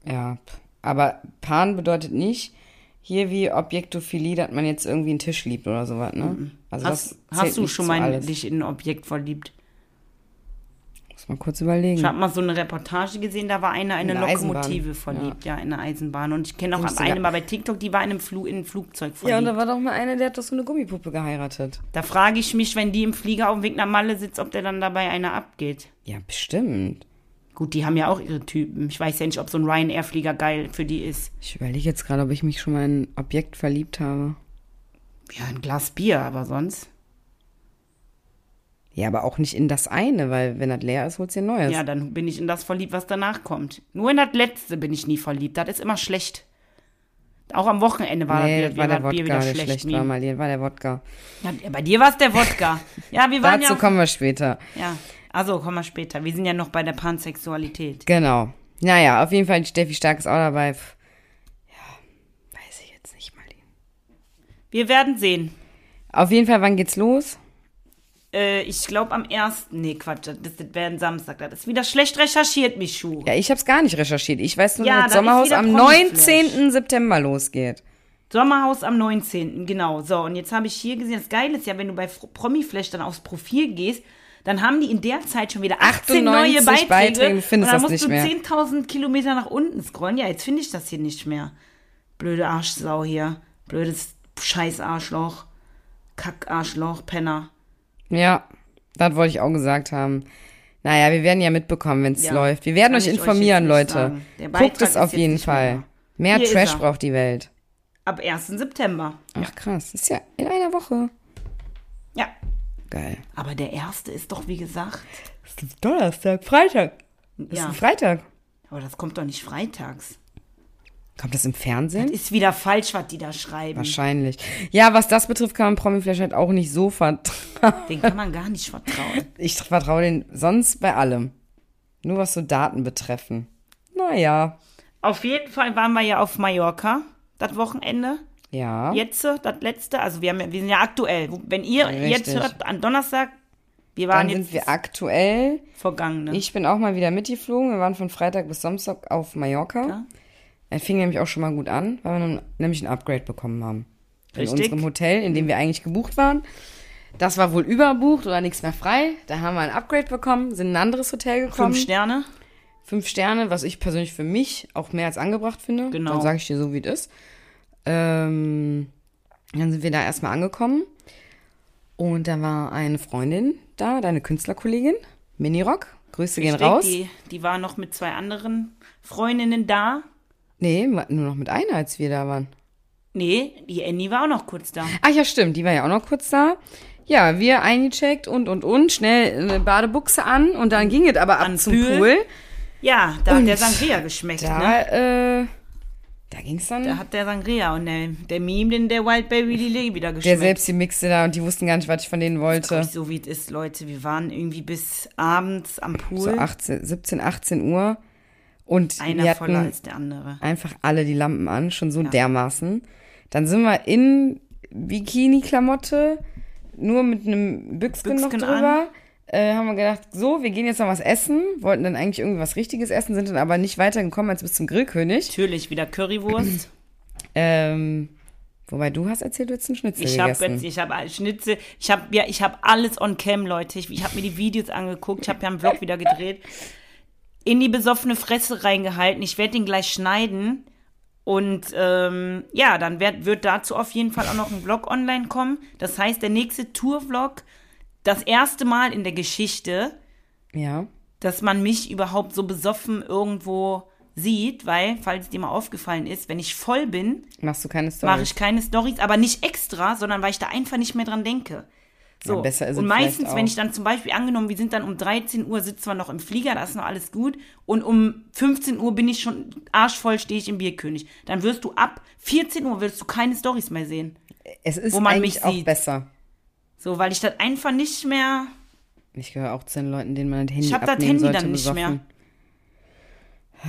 ja. Aber Pan bedeutet nicht hier wie Objektophilie, dass man jetzt irgendwie einen Tisch liebt oder sowas, ne? Also
Hast,
das zählt
hast du
nicht
schon
zu
mal
alles.
dich in ein Objekt verliebt?
Muss man kurz überlegen.
Ich habe mal so eine Reportage gesehen, da war einer
Hm.
in
In
eine
der Eisenbahn,
Lokomotive verliebt, ja. in der Eisenbahn. Und ich kenne auch
Findest du
eine
da-
mal bei TikTok, die war in einem, Flu in einem Flugzeug
ja,
verliebt.
und
da
da war doch mal einer, der hat doch so eine Gummipuppe geheiratet.
frage ich mich, wenn die im Flieger auf dem Weg nach Malle sitzt, ob der dann dabei einer abgeht.
Ja, bestimmt.
Gut, die haben ja auch ihre Typen. Ich weiß ja nicht, ob so ein Ryanair-Flieger geil für die ist.
Ich überlege jetzt gerade, ob ich mich schon mal in ein Objekt verliebt habe.
Ja, ein Glas Bier, aber sonst.
Ja, aber auch nicht in das eine, weil wenn das leer ist, holst du dir ein neues.
Ja, dann bin ich in das verliebt, was danach kommt. Nur in das letzte bin ich nie verliebt. Das ist immer schlecht. Auch am Wochenende war
nee,
das,
das
Bier,
war der
das Bier
Wodka,
wieder
der
schlecht.
schlecht
Mimi.
war, Marlene, war der Wodka.
Ja, bei dir war es der Wodka. Ja, wir waren
Dazu
ja. auf-
kommen wir später.
ja. Also, kommen wir später. Wir sind ja noch bei der Pansexualität.
Genau. Naja, auf jeden Fall, die Steffi Stark ist auch dabei. Pff, Ja, weiß ich jetzt nicht, Marlene.
Wir werden sehen.
Auf jeden Fall, wann geht's los?
Äh, ich glaube am 1. Nee, Quatsch, das, das wäre ein Samstag. Das ist wieder schlecht recherchiert, Michu.
Ja, ich hab's gar nicht recherchiert. Ich weiß nur,
Ja,
dass das
dann ist
Sommerhaus
wieder
am
Promiflash.
19. September losgeht.
Sommerhaus am 19. Genau. So, und jetzt habe ich hier gesehen, das Geile ist ja, wenn du bei Fr- Promiflash dann aufs Profil gehst, dann haben die in der Zeit schon wieder 18 neue
98
Beiträge.
Beiträge, du findest
und
das
dann musst
nicht
du
mehr.
10.000 Kilometer nach unten scrollen. Ja, jetzt finde ich das hier nicht mehr. Blöde Arschsau hier. Blödes Scheiß-Arschloch. Kack-Arschloch, Penner.
Ja, das wollte ich auch gesagt haben. Naja, wir werden ja mitbekommen, wenn's
Ja,
läuft. Wir werden
kann
euch
ich euch
informieren,
jetzt nicht
Leute.
sagen. Der
Guckt
Beitrag
es
ist
auf
jetzt
jeden
nicht mehr
Fall.
da.
Mehr
Hier ist
Trash
er.
braucht die Welt.
Ab 1. September.
Ach krass, ist ja in einer Woche.
Ja.
Geil.
Aber der erste ist doch, wie gesagt.
Es ist Donnerstag, Freitag. Es ist
Ja.
ein Freitag.
Aber das kommt doch nicht freitags.
Kommt das im Fernsehen?
Ist wieder falsch, was die da schreiben.
Wahrscheinlich. Ja, was das betrifft, kann man Promiflash halt auch nicht so vertrauen.
Den kann man gar nicht vertrauen.
Ich vertraue den sonst bei allem. Nur was so Daten betreffen. Naja.
Auf jeden Fall waren wir ja auf Mallorca, das Wochenende.
Ja.
Jetzt, das letzte, also wir, haben, ja- wir sind ja aktuell. Wo- Wenn ihr
Richtig.
jetzt hört, an Donnerstag, wir waren
Dann sind
jetzt ne?
wir aktuell.
vergangene.
Ich bin auch mal wieder mitgeflogen. Wir waren von Freitag bis Samstag auf Mallorca.
Ja.
Er fing nämlich auch schon mal gut an, weil wir nun- nämlich ein Upgrade bekommen haben. In
Richtig.
unserem Hotel, in dem wir eigentlich gebucht waren. Das war wohl überbucht oder nichts mehr frei. Da haben wir ein Upgrade bekommen, sind in ein anderes Hotel gekommen.
Fünf Sterne.
fünf Sterne, was ich persönlich für mich auch mehr als angebracht finde.
Genau.
Dann sage ich dir so, wie es ist. Ähm, dann sind wir da erstmal angekommen. Und da war eine Freundin da, deine Künstlerkollegin, Minirock. Grüße gehen
Richtig,
raus.
Die, die war noch mit zwei anderen Freundinnen da.
Nee, nur noch mit einer, als wir da waren.
Nee, die Annie war auch noch kurz da.
Ach ja, stimmt, die war ja auch noch kurz da. Ja, wir eingecheckt und, und, und, schnell eine Badebuchse an und dann ging es aber ab
An
zum
Pool.
Pool.
Ja, da
Und
hat der Sangria geschmeckt, ne?
Da, äh, da ging es dann.
Da hat der Sangria und der, der Meme, den der Wildberry Lily wieder geschmeckt.
der selbst die Mixte da und die wussten gar nicht, was ich von denen wollte.
Nicht so wie es ist, Leute. Wir waren irgendwie bis abends am Pool.
so 18, 17, 18 Uhr und wir
Einer
hatten
voller als der andere.
einfach alle die Lampen an, schon so dermaßen. Dann sind wir in Bikini-Klamotte, nur mit einem Büchsken, noch
Büchsken
drüber. Äh, haben wir gedacht, so, wir gehen jetzt noch was essen. Wollten dann eigentlich irgendwie was Richtiges essen, sind dann aber nicht weitergekommen als bis zum Grillkönig.
Natürlich wieder Currywurst.
Ähm, wobei du hast erzählt, du hättest einen Schnitzel
Ich habe
gegessen.
jetzt, ich habe Schnitzel, ich habe ja, ich habe alles on Cam, Leute. Ich, ich habe mir die Videos angeguckt, ich habe ja einen Vlog wieder gedreht. In die besoffene Fresse reingehalten. Ich werde den gleich schneiden. Und ähm, ja, dann wird, wird dazu auf jeden Fall auch noch ein Vlog online kommen. Das heißt, der nächste Tour-Vlog, das erste Mal in der Geschichte,
ja.
dass man mich überhaupt so besoffen irgendwo sieht, weil, falls dir mal aufgefallen ist, wenn ich voll bin,
Machst du keine Story?
mache ich keine Stories, aber nicht extra, sondern weil ich da einfach nicht mehr dran denke. So.
Ja, besser ist
und
es vielleicht
meistens, wenn
auch.
ich dann zum Beispiel angenommen, wir sind dann um 13 Uhr, sitzen wir noch im Flieger, da ist noch alles gut. Und um 15 Uhr bin ich schon arschvoll, stehe ich im Bierkönig. Dann wirst du ab 14 Uhr wirst du keine Stories mehr sehen.
es ist
wo man
eigentlich
mich
auch
sieht.
besser.
So, weil ich das einfach nicht mehr.
Ich gehöre auch zu den Leuten, denen man das Handy
Ich hab das
abnehmen
Handy
sollte,
dann nicht
besoffen.
mehr.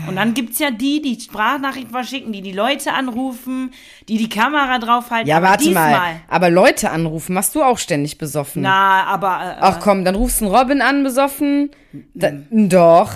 Und dann gibt's ja die, die Sprachnachrichten verschicken, die die Leute anrufen, die die Kamera draufhalten.
Ja,
aber
warte
diesmal,
mal. Aber Leute anrufen, machst du auch ständig besoffen.
Na, aber. Äh,
Ach komm, dann rufst du einen Robin an, besoffen. Da, doch.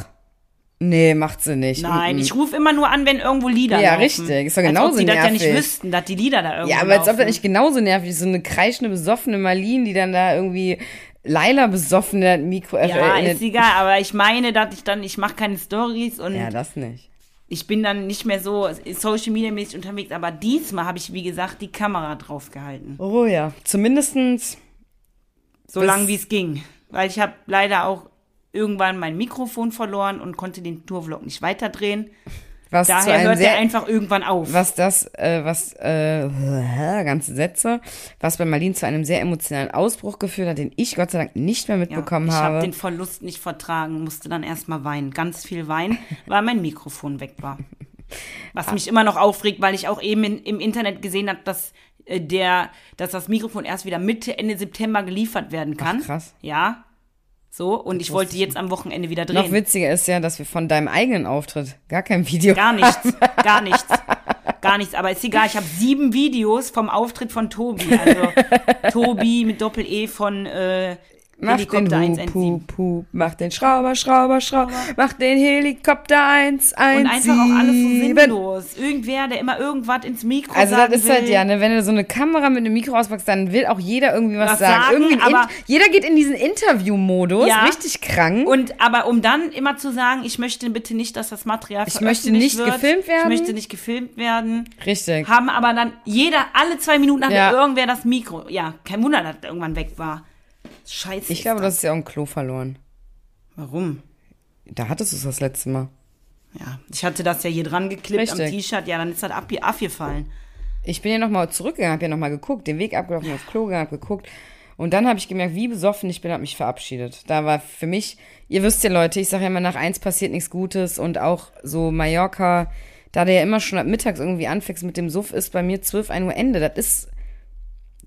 Nee, macht sie nicht.
Hm. Nein,
Mhm.
ich rufe immer nur an, wenn irgendwo Lieder
Ja,
laufen.
richtig. Ist doch
Als
genauso
ob die das ja nicht
nervig.
wüssten, dass die Lieder da irgendwo
Ja, aber als ob
laufen.
das nicht genauso nervig ist. So eine kreischende, besoffene Marlene, die dann da irgendwie Laila besoffen in das Mikro.
Ja,
äh, in
ist
das-
egal, aber ich meine, dass ich dann, ich mache keine Stories und
ja, das nicht.
ich bin dann nicht mehr so Social Media mäßig unterwegs, aber diesmal habe ich, wie gesagt, die Kamera draufgehalten.
Oh ja. Zumindestens.
So
Bis-
lange wie es ging. Weil ich habe leider auch irgendwann mein Mikrofon verloren und konnte den Tourvlog nicht weiterdrehen.
Was zu
Daher
einem
hört
sehr
er einfach irgendwann auf.
was das, äh, was, äh, ganze Sätze, was bei Marlene zu einem sehr emotionalen Ausbruch geführt hat, den ich Gott sei Dank nicht mehr
Ja,
mitbekommen
ich habe
habe.
den Verlust nicht vertragen, musste dann erstmal weinen. Ganz viel weinen, weil mein Mikrofon weg war.
Ah.
Was mich immer noch aufregt, weil ich auch eben in, im Internet gesehen habe, dass, äh, der, dass das Mikrofon erst wieder Mitte, Ende September geliefert werden kann.
krass.
Ja. So, und ich wollte jetzt am Wochenende wieder drehen.
Noch witziger ist ja, dass wir von deinem eigenen Auftritt gar kein Video
Gar nichts, gar nichts, gar nichts. Aber ist egal, ich habe sieben Videos vom Auftritt von Tobi. Also Tobi mit Doppel-E von äh,
Mach
Helikopter
den Hup,
117.
Hup, Hup, mach den Schrauber, Schrauber, Schrauber, mach den Helikopter 117.
Und einfach auch alles so sinnlos. Irgendwer, der immer irgendwas ins Mikro
Also das
sagen
ist
will.
halt ja, ne, wenn du so eine Kamera mit einem Mikro auspackst, dann will auch jeder irgendwie was,
Was
sagen.
sagen,
irgendwie ein
aber-
Int- jeder geht in diesen Interview-Modus,
Ja.
richtig krank.
Und aber um dann immer zu sagen, ich möchte bitte nicht, dass das Material
Ich möchte
veröffentlicht
nicht
wird,
gefilmt werden.
Ich möchte nicht gefilmt werden.
richtig.
Haben aber dann jeder alle zwei Minuten hat
Ja.
irgendwer das Mikro. Ja, kein Wunder, dass das irgendwann weg war. Scheiße.
Ich
ist
glaube, du
das.
hast ja auch ein Klo verloren.
Warum?
Da hattest du es das letzte Mal.
Ja, ich hatte das ja hier dran geklippt am
Richtig.
T-Shirt. Ja, dann ist das ab, abgefallen.
Ich bin ja nochmal zurückgegangen, habe ja nochmal geguckt, den Weg abgelaufen, aufs Klo gegangen, hab geguckt. Und dann habe ich gemerkt, wie besoffen ich bin, habe mich verabschiedet. Da war für mich, ihr wisst ja Leute, ich sage ja immer, nach eins passiert nichts Gutes und auch so Mallorca, da der ja immer schon ab mittags irgendwie anfängst mit dem Suff, ist bei mir 12, 1 Uhr Ende. Das ist,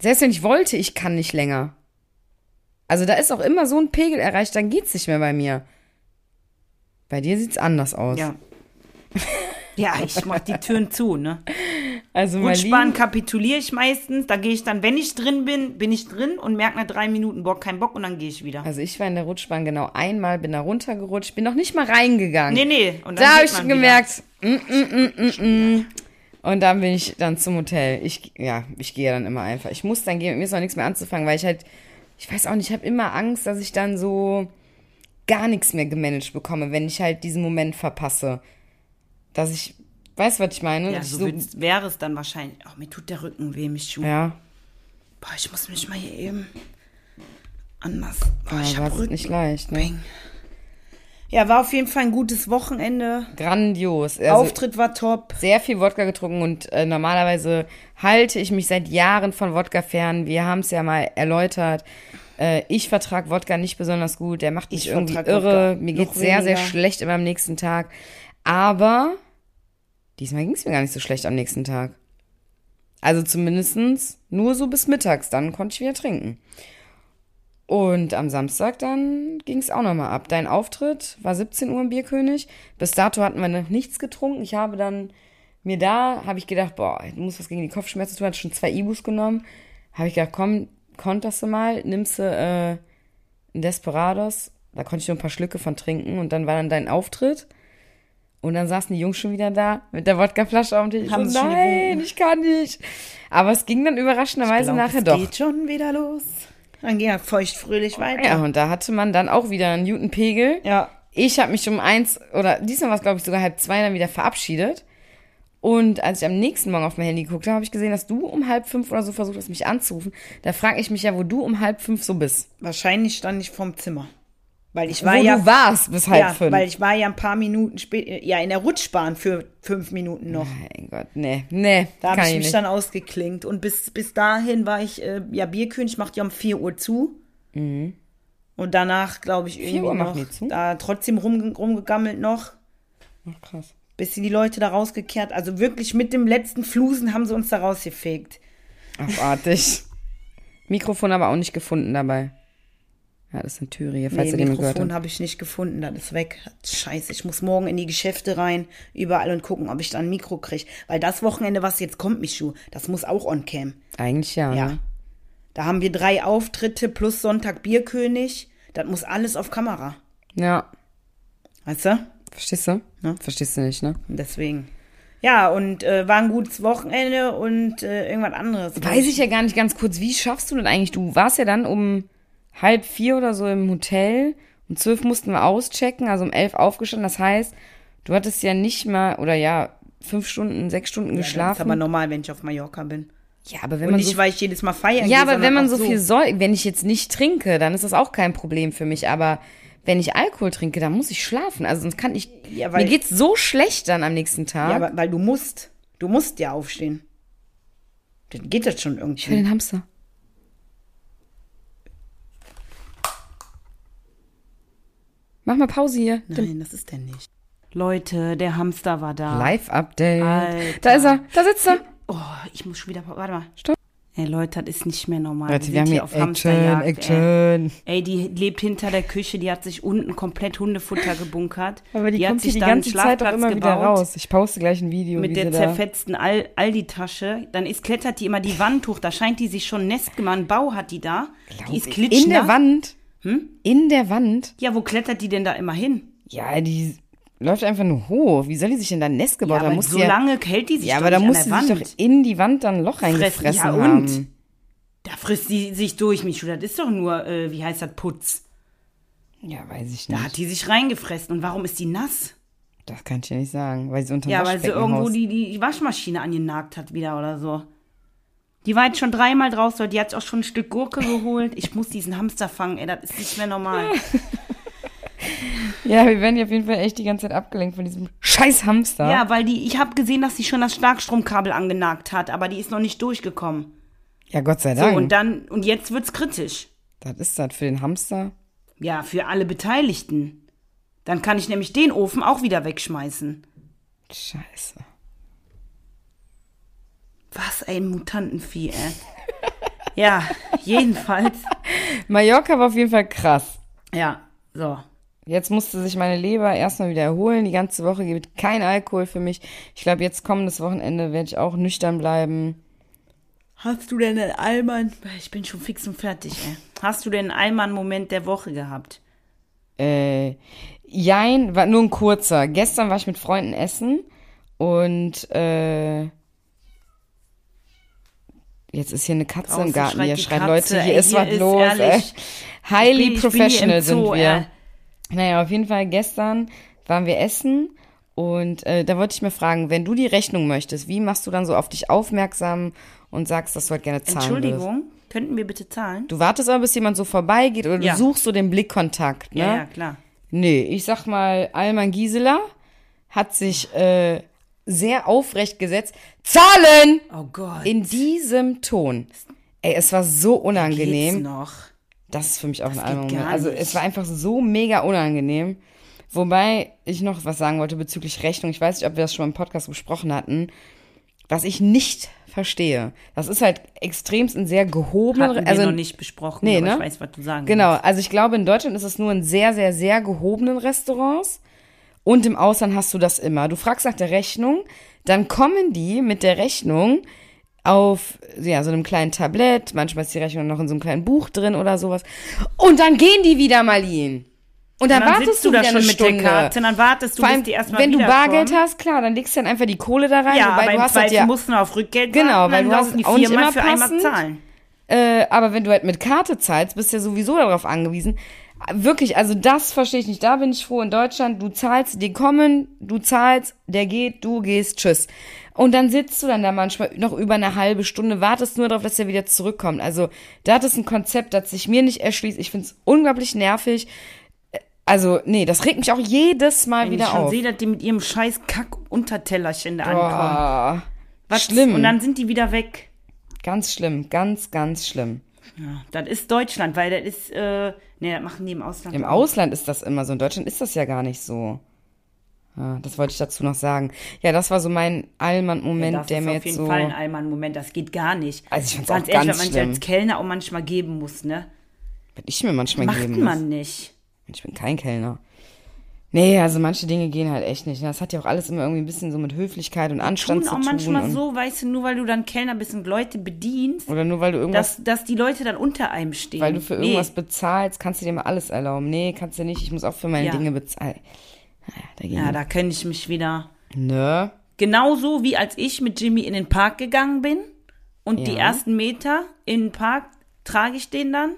selbst wenn ich wollte, ich kann nicht länger. Also da ist auch immer so ein Pegel erreicht, dann geht's nicht mehr bei mir. Bei dir sieht's anders aus.
Ja. ja, ich mach die Türen zu, ne?
Also
Rutschbahn kapituliere ich meistens. Da gehe ich dann, wenn ich drin bin, bin ich drin und merke nach drei Minuten Bock, kein Bock und dann gehe ich wieder.
Also ich war in der Rutschbahn genau einmal, bin da runtergerutscht, bin noch nicht mal reingegangen.
Nee, nee. Und dann
da habe
geht
ich
man
gemerkt, mm, mm, mm, mm, mm. und dann bin ich dann zum Hotel. Ich, ja, ich gehe dann immer einfach. Ich muss dann gehen, mit mir ist noch nichts mehr anzufangen, weil ich halt, ich weiß auch nicht, ich habe immer Angst, dass ich dann so gar nichts mehr gemanagt bekomme, wenn ich halt diesen Moment verpasse. Dass ich, weißt du, was ich meine?
Wieder. Ja,
Dass ich
so wird's- wäre es dann wahrscheinlich. Oh, mir tut der Rücken weh, mich schon.
ja,
Boah, ich muss mich mal hier eben anders. Boah,
aber
Oh, ich
war
hab
es
Rücken.
nicht leicht. Ne?
Bang. Ja, war auf jeden Fall ein gutes Wochenende.
Grandios. Also,
Auftritt war top.
sehr viel Wodka getrunken und äh, normalerweise halte ich mich seit Jahren von Wodka fern. Wir haben es ja mal erläutert. Äh, ich vertrag Wodka nicht besonders gut. Der macht mich
Ich
irgendwie
vertrag
irre.
Wodka
Mir
noch
geht's sehr, sehr
weniger.
schlecht immer am nächsten Tag. Aber diesmal ging's mir gar nicht so schlecht am nächsten Tag. Also zumindestens nur so bis mittags. Dann konnte ich wieder trinken. Und am Samstag dann ging's auch nochmal ab. Dein Auftritt war 17 Uhr im Bierkönig. Bis dato hatten wir noch nichts getrunken. Ich habe dann mir da, habe ich gedacht, boah, du musst was gegen die Kopfschmerzen tun. Hat schon zwei Ibus genommen. Habe ich gedacht, komm, konterst du mal, nimmst du äh, einen Desperados. Da konnte ich nur ein paar Schlücke von trinken. Und dann war dann dein Auftritt. Und dann saßen die Jungs schon wieder da mit der Wodkaflasche auf dem Tisch. Ich
Haben
so,
sie schon
nein, ich kann nicht. Aber es ging dann überraschenderweise
Glaub,
nachher
es
doch.
Geht schon wieder los. Dann ging er feuchtfröhlich weiter.
Ja, und da hatte man dann auch wieder einen guten Pegel.
ja.
Ich habe mich um eins, oder diesmal war es, glaube ich, sogar halb zwei dann wieder verabschiedet. Und als ich am nächsten Morgen auf mein Handy geguckt habe, habe ich gesehen, dass du um halb fünf oder so versucht hast, mich anzurufen. Da frage ich mich ja, wo du um halb fünf so bist.
Wahrscheinlich stand ich vorm Zimmer. Weil ich war
Wo
ja.
du warst bis halb
ja,
fünf.
weil ich war ja ein paar Minuten später, ja, in der Rutschbahn für fünf Minuten noch.
mein Gott, nee, nee,
Da
Mhm.
habe
kann
ich
ich
mich
nicht.
dann ausgeklinkt. Und bis, bis dahin war ich, äh, ja, Bierkönig macht ja um 4 Uhr zu. Und danach, glaube ich, irgendwie
Mhm. Uhr
noch
machen die zu?
da trotzdem rum, rumgegammelt noch,
Ach, krass.
bis sie die Leute da rausgekehrt. Also wirklich mit dem letzten Flusen haben sie uns da rausgefegt.
Abartig. Mikrofon aber auch nicht gefunden dabei. Ja, das ist eine Türe hier, falls
Nee,
ihr den mal gehört
Mikrofon
habt.
habe ich nicht gefunden, das ist weg. Scheiße, ich muss morgen in die Geschäfte rein, überall und gucken, ob ich da ein Mikro kriege. Weil das Wochenende, was jetzt kommt, Michu, das muss auch on-cam.
Eigentlich ja,
Ja.
Ne?
Da haben wir drei Auftritte plus Sonntag Bierkönig. Das muss alles auf Kamera.
Ja,
Weißt du?
verstehst du?
Ja.
Verstehst du nicht, ne?
Und Deswegen. Ja, und äh, war ein gutes Wochenende und äh, irgendwas anderes.
Weiß ich ja gar nicht ganz kurz, wie schaffst du das eigentlich? Du warst ja dann um halb vier oder so im Hotel. Um zwölf mussten wir auschecken, also um elf aufgestanden. Das heißt, du hattest ja nicht mal, oder ja, fünf Stunden, sechs Stunden
Ja, das ist
geschlafen.
aber normal, wenn ich auf Mallorca bin.
ja, aber wenn
Und
man
nicht,
so
weil ich jedes Mal feiern gehe,
Ja, aber
sondern
wenn man
auch
so viel soll, wenn ich jetzt nicht trinke, dann ist das auch kein Problem für mich. Aber wenn ich Alkohol trinke, dann muss ich schlafen. Also sonst kann ich.
Ja, weil-
mir geht's so schlecht dann am nächsten Tag.
Ja, aber, weil du musst. Du musst ja aufstehen. Dann geht das schon irgendwie.
ich will den Hamster. Mach mal Pause hier.
Nein, das ist der nicht. Leute, der Hamster war da. Alter.
Live-Update. Da ist er. Da sitzt er.
Oh, ich muss schon wieder. Warte mal.
Stopp.
Ey, Leute, das ist nicht mehr normal.
Leute, wir
sind
haben
hier
hier
auf
Action,
Hamsterjagd, Ey.
Action.
Ey, die lebt hinter der Küche, die hat sich unten komplett Hundefutter gebunkert.
Aber die,
hat
kommt
sich
hier die
da einen
ganze Zeit auch
Schlafplatz
immer wieder
gebaut
raus. Ich poste gleich ein Video, wie
Mit der
sie da...
zerfetzten Al Aldi-Tasche. Dann ist, klettert die immer die Wand hoch. Da scheint die sich schon ein Nest gemacht. Einen Bau hat die da. die ist klitschnass.
In der Wand?
Hm?
In der Wand?
Ja, wo klettert die denn da immer hin?
Ja, die läuft einfach nur hoch. Wie soll die sich denn da ein Nest gebaut
ja,
haben?
aber
Muss
so
die ja,
lange hält die sich
ja,
doch
aber da
nicht
muss sie
an
sich
der
doch
Wand.
in die Wand dann ein Loch reingefressen
Ja,
haben.
und? Da frisst die sich durch, Michu. Das ist doch nur, äh, wie heißt das, Putz.
Ja, weiß ich
Da
nicht.
hat die sich reingefressen. Und warum ist die nass?
Das kann ich dir nicht sagen, weil sie unter
Ja, weil sie irgendwo die, die Waschmaschine angenagt hat wieder oder so. Die war jetzt schon dreimal draußen, die hat sich auch schon ein Stück Gurke geholt. Ich muss diesen Hamster fangen, ey, das ist nicht mehr normal.
Ja, wir werden hier auf jeden Fall echt die ganze Zeit abgelenkt von diesem scheiß Hamster.
Ja, weil die, ich habe gesehen, dass sie schon das Starkstromkabel angenagt hat, aber die ist noch nicht durchgekommen.
Ja, Gott sei
So,
Dank.
und dann, und jetzt wird's kritisch.
das ist das für den Hamster.
Ja, für alle Beteiligten. Dann kann ich nämlich den Ofen auch wieder wegschmeißen.
Scheiße.
Was ein Mutantenvieh, ey. Ja, jedenfalls.
Mallorca war auf jeden Fall krass.
Ja, so.
Jetzt musste sich meine Leber erstmal wieder erholen. Die ganze Woche gibt kein Alkohol für mich. Ich glaube, jetzt kommendes Wochenende werde ich auch nüchtern bleiben.
Hast du denn einen Allmann? Ich bin schon fix und fertig, ey. Hast du denn einen Allmann-Moment der Woche gehabt?
Äh, jein, war nur ein kurzer. Gestern war ich mit Freunden essen und äh, jetzt ist hier eine Katze im
Draußen
Garten.
schreit
Hier
die
schreien
Katze,
Leute, hier
ey,
ist
hier
was
ist
los.
ehrlich.
Ey. Highly
Ich bin- ich bin hier
professional
im
sind
Zoo, äh,
wir.
ey.
Naja, auf jeden Fall gestern waren wir essen und äh, da wollte ich mir fragen, wenn du die Rechnung möchtest, wie machst du dann so auf dich aufmerksam und sagst, dass du halt gerne zahlen würdest?
Entschuldigung, könnten wir bitte zahlen?
Du wartest aber, bis jemand so vorbeigeht oder
Ja.
du suchst so den Blickkontakt, ne?
Ja, ja, klar.
Nee, ich sag mal, Alman Gisela hat sich äh, sehr aufrecht gesetzt. Zahlen!
Oh Gott.
In diesem Ton. Ey, es war so
geht's
unangenehm.
noch?
Das ist für mich auch ein
geht
anderer
gar
Moment. Also
nicht.
es war einfach so mega unangenehm. Wobei ich noch was sagen wollte bezüglich Rechnung. Ich weiß nicht, ob wir das schon mal im Podcast besprochen hatten. Was ich nicht verstehe, das ist halt extremst ein sehr gehobener,
Hatten wir
also
noch
ein-
nicht besprochen,
Nee,
aber
ne?
ich weiß, was du sagen
Genau, also ich glaube, in Deutschland ist es nur in sehr, sehr, sehr gehobenen Restaurants. Und im Ausland hast du das immer. Du fragst nach der Rechnung, dann kommen die mit der Rechnung auf ja, so einem kleinen Tablett, manchmal ist die Rechnung noch in so einem kleinen Buch drin oder sowas. Und dann gehen die wieder mal hin. Und dann,
Und dann
wartest
sitzt du
du
da
wieder
schon
eine
mit
Stunde.
der Karte, dann wartest du,
Vor allem,
bis die erstmal
wenn du
wiederkommen.
Bargeld hast, klar, dann legst du dann einfach die Kohle da rein,
Ja,
wobei
aber
du
im
hast halt
Zweifel
ja
musst du noch auf Rückgeld
Genau,
warten,
weil
dann
du hast
laufen die
auch nicht
viermal
immer
für einmal
passend.
zahlen.
Äh, aber wenn du halt mit Karte zahlst, bist du ja sowieso darauf angewiesen. Wirklich, also das verstehe ich nicht. Da bin ich froh in Deutschland. Du zahlst, die kommen, du zahlst, der geht, du gehst, tschüss. Und dann sitzt du dann da manchmal noch über eine halbe Stunde, wartest nur darauf, dass er wieder zurückkommt. Also da hat es ein Konzept, das sich mir nicht erschließt. Ich finde es unglaublich nervig. Also, nee, das regt mich auch jedes Mal
Wenn ich
wieder
schon
auf.
sehe, dass die mit ihrem scheiß Kack-Untertellerchen da ankommen.
Boah,
Was?
schlimm.
Und dann sind die wieder weg.
ganz schlimm, ganz, ganz schlimm.
Ja, das ist Deutschland, weil das ist, äh, nee, das machen die im Ausland.
Im Ausland ist das immer so, in Deutschland ist das ja gar nicht so. Ja, das wollte ich dazu noch sagen. Ja, das war so mein Allmann-Moment,
das
der
ist
mir
auf
jetzt
jeden
so.
Fall ein allmann Moment, das geht gar nicht.
Also ich find's
ganz
auch
ehrlich,
ganz
wenn man sich
schlimm.
als Kellner auch manchmal geben muss, ne?
Wenn ich mir manchmal
Macht
geben muss.
man nicht.
Ich bin kein Kellner. Nee, also manche Dinge gehen halt echt nicht. ne? Das hat ja auch alles immer irgendwie ein bisschen so mit Höflichkeit und Anstand
Und auch
zu tun.
manchmal
und,
so, weißt du, nur weil du dann Kellner bist und Leute bedienst,
Oder nur weil du irgendwas,
dass, dass die Leute dann unter einem stehen.
weil du für irgendwas
Nee.
bezahlst, kannst du dir mal alles erlauben. Nee, kannst du nicht. Ich muss auch für meine
Ja.
Dinge bezahlen. Naja, da gehen
Ja,
wir.
da könnte ich mich wieder.
Ne?
Genauso wie als ich mit Jimmy in den Park gegangen bin und die
Ja.
ersten Meter in den Park trage ich den dann,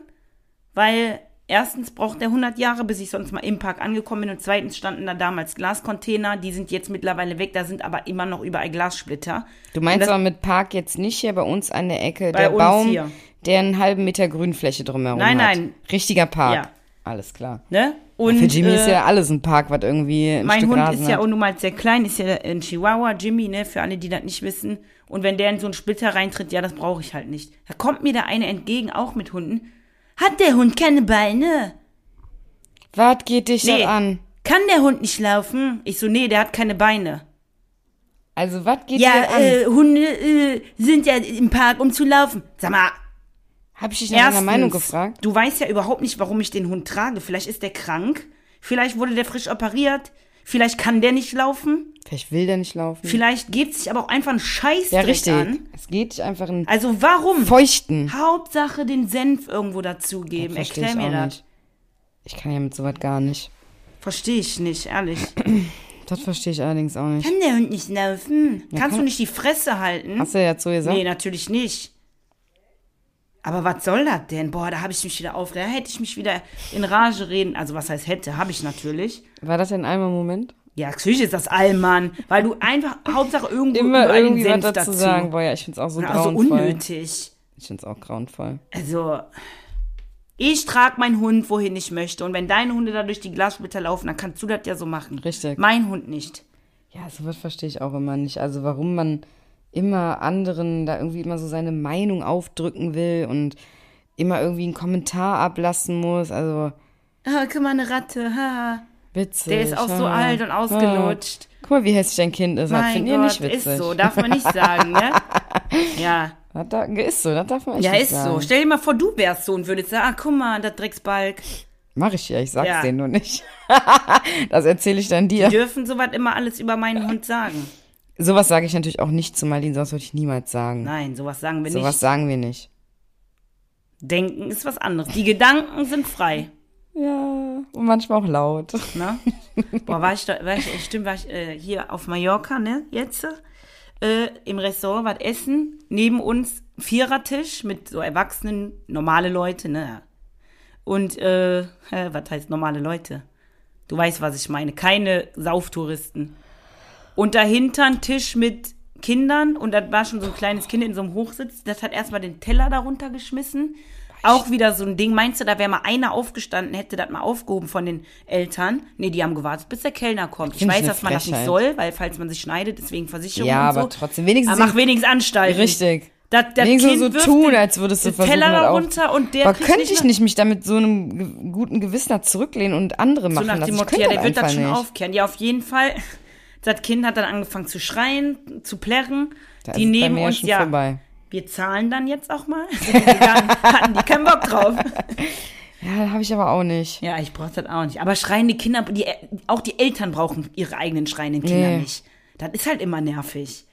weil erstens braucht er 100 Jahre, bis ich sonst mal im Park angekommen bin und zweitens standen da damals Glascontainer, die sind jetzt mittlerweile weg, da sind aber immer noch überall Glassplitter.
Du meinst
das-
aber mit Park jetzt nicht hier bei uns an der Ecke,
Bei
der
uns
Baum,
hier.
der einen halben Meter Grünfläche drumherum
Nein,
hat.
nein.
Richtiger Park.
Ja.
Alles klar.
Ne? Und
Für Jimmy ist
äh,
ja alles ein Park, was irgendwie ein
mein
Stück
Hund
Rasen
ist ja
hat.
auch nun mal sehr klein, ist ja ein Chihuahua, Jimmy, ne, für alle, die das nicht wissen. Und wenn der in so einen Splitter reintritt, ja, das brauche ich halt nicht. Da kommt mir da eine entgegen, auch mit Hunden. Hat der Hund keine Beine?
Was geht dich
Nee.
das an?
Kann der Hund nicht laufen? Ich so, nee, der hat keine Beine.
Also, was geht dir das
Ja,
an?
äh, Hunde äh, sind ja im Park, um zu laufen. Sag mal,
Hab ich dich nach deiner
erstens,
Meinung gefragt?
du weißt ja überhaupt nicht, warum ich den Hund trage. Vielleicht ist der krank, vielleicht wurde der frisch operiert, vielleicht kann der nicht laufen,
Vielleicht will der nicht laufen.
vielleicht gibt sich aber auch einfach einen Scheiß
ja, richtig.
an.
Es geht dich einfach in
Also warum?
Feuchten.
Hauptsache den Senf irgendwo dazugeben.
Versteh
Erklär
ich
mir
auch
das.
nicht. Ich kann ja mit sowas gar nicht.
Verstehe ich nicht, ehrlich.
Das verstehe ich allerdings auch nicht.
Kann der Hund nicht laufen? Kannst du nicht die Fresse halten?
Hast du ja zu gesagt?
Nee, natürlich nicht. Aber was soll das denn? Boah, da habe ich mich wieder auf. Da hätte ich mich wieder in Rage reden. Also, was heißt hätte? Habe ich natürlich.
War das denn einmal Moment?
Ja, natürlich ist das Allmann. Weil du einfach, Hauptsache irgendwo
Immer
überall
irgendwie
den
was
Senf
dazu sagen. Boah, ja, ich find's auch so
Also
grauenvoll.
unnötig.
Ich find's auch grauenvoll.
Also, ich trage meinen Hund, wohin ich möchte. Und wenn deine Hunde da durch die Glassplitter laufen, dann kannst du das ja so machen.
Richtig.
Mein Hund nicht.
Ja, sowas verstehe ich auch immer nicht. Also warum man immer anderen da irgendwie immer so seine Meinung aufdrücken will und immer irgendwie einen Kommentar ablassen muss. Also
Ah, guck mal, eine Ratte. Ha.
witzig.
Der ist auch so
ah,
alt und
ah.
ausgelutscht.
Guck mal, wie hässlich dein Kind ist. Das
Mein
findet
Gott,
ihr nicht witzig.
ist so. Darf man nicht sagen, ne? Ja.
Das da, ist so, das darf man echt
Ja,
nicht
ist
sagen.
so. Stell dir mal vor, du wärst so und würdest sagen, ah, guck mal, das Drecksbalg.
Mach ich ja, ich sag's
Ja.
denen nur nicht. das erzähle ich dann dir.
Die dürfen sowas immer alles über meinen Hund sagen.
Sowas sage ich natürlich auch nicht zu Marlene, sonst würde ich niemals sagen.
Nein, sowas sagen wir
Sowas
nicht.
sagen wir nicht.
Denken ist was anderes. Die Gedanken sind frei.
Ja, und manchmal auch laut.
Ne? Boah, war ich, da, war ich stimmt, war ich äh, hier auf Mallorca, ne, jetzt, äh, im Restaurant was essen, neben uns Vierertisch mit so Erwachsenen, normale Leute, ne, und, äh, hä, was heißt normale Leute? Du weißt, was ich meine, keine Sauftouristen. Und dahinter ein Tisch mit Kindern und das war schon so ein kleines Kind in so einem Hochsitz, das hat erstmal den Teller darunter geschmissen. Auch wieder so ein Ding. Meinst du, da wäre mal einer aufgestanden, hätte das mal aufgehoben von den Eltern? Nee, die haben gewartet, bis der Kellner kommt. Ich
Finde ich
weiß,
eine
dass man das nicht
Frechheit.
soll, weil falls man sich schneidet, deswegen Versicherung
Ja,
und so.
aber trotzdem, wenigstens
Aber mach wenigstens Anstalten.
Richtig.
Das, das
Wenigstens
kind
so
wirft
tun,
den-
als würdest du
den
versuchen,
Teller
das auch-
darunter und der
Aber
kriegt
könnte
nicht
ich
mal-
nicht mich da mit so einem ge- guten Gewissen da zurücklehnen und andere
So
machen
nach
lassen?
dem
Ich
Motto,
könnte
ja, der wird
einfach
das schon
nicht.
aufkehren. Ja, auf jeden Fall. Das Kind hat dann angefangen zu schreien, zu plärren.
Da
die
ist es Also, bei
nehmen
mir ja
uns
schon
ja.
vorbei.
Wir zahlen dann jetzt auch mal. Sind die gegangen, hatten die keinen Bock drauf.
Ja, da habe ich aber auch nicht.
Ja, ich brauch das auch nicht. Aber schreiende Kinder, die, äh, auch die Eltern brauchen ihre eigenen schreienden Kinder
Nee.
nicht. Das ist halt immer nervig.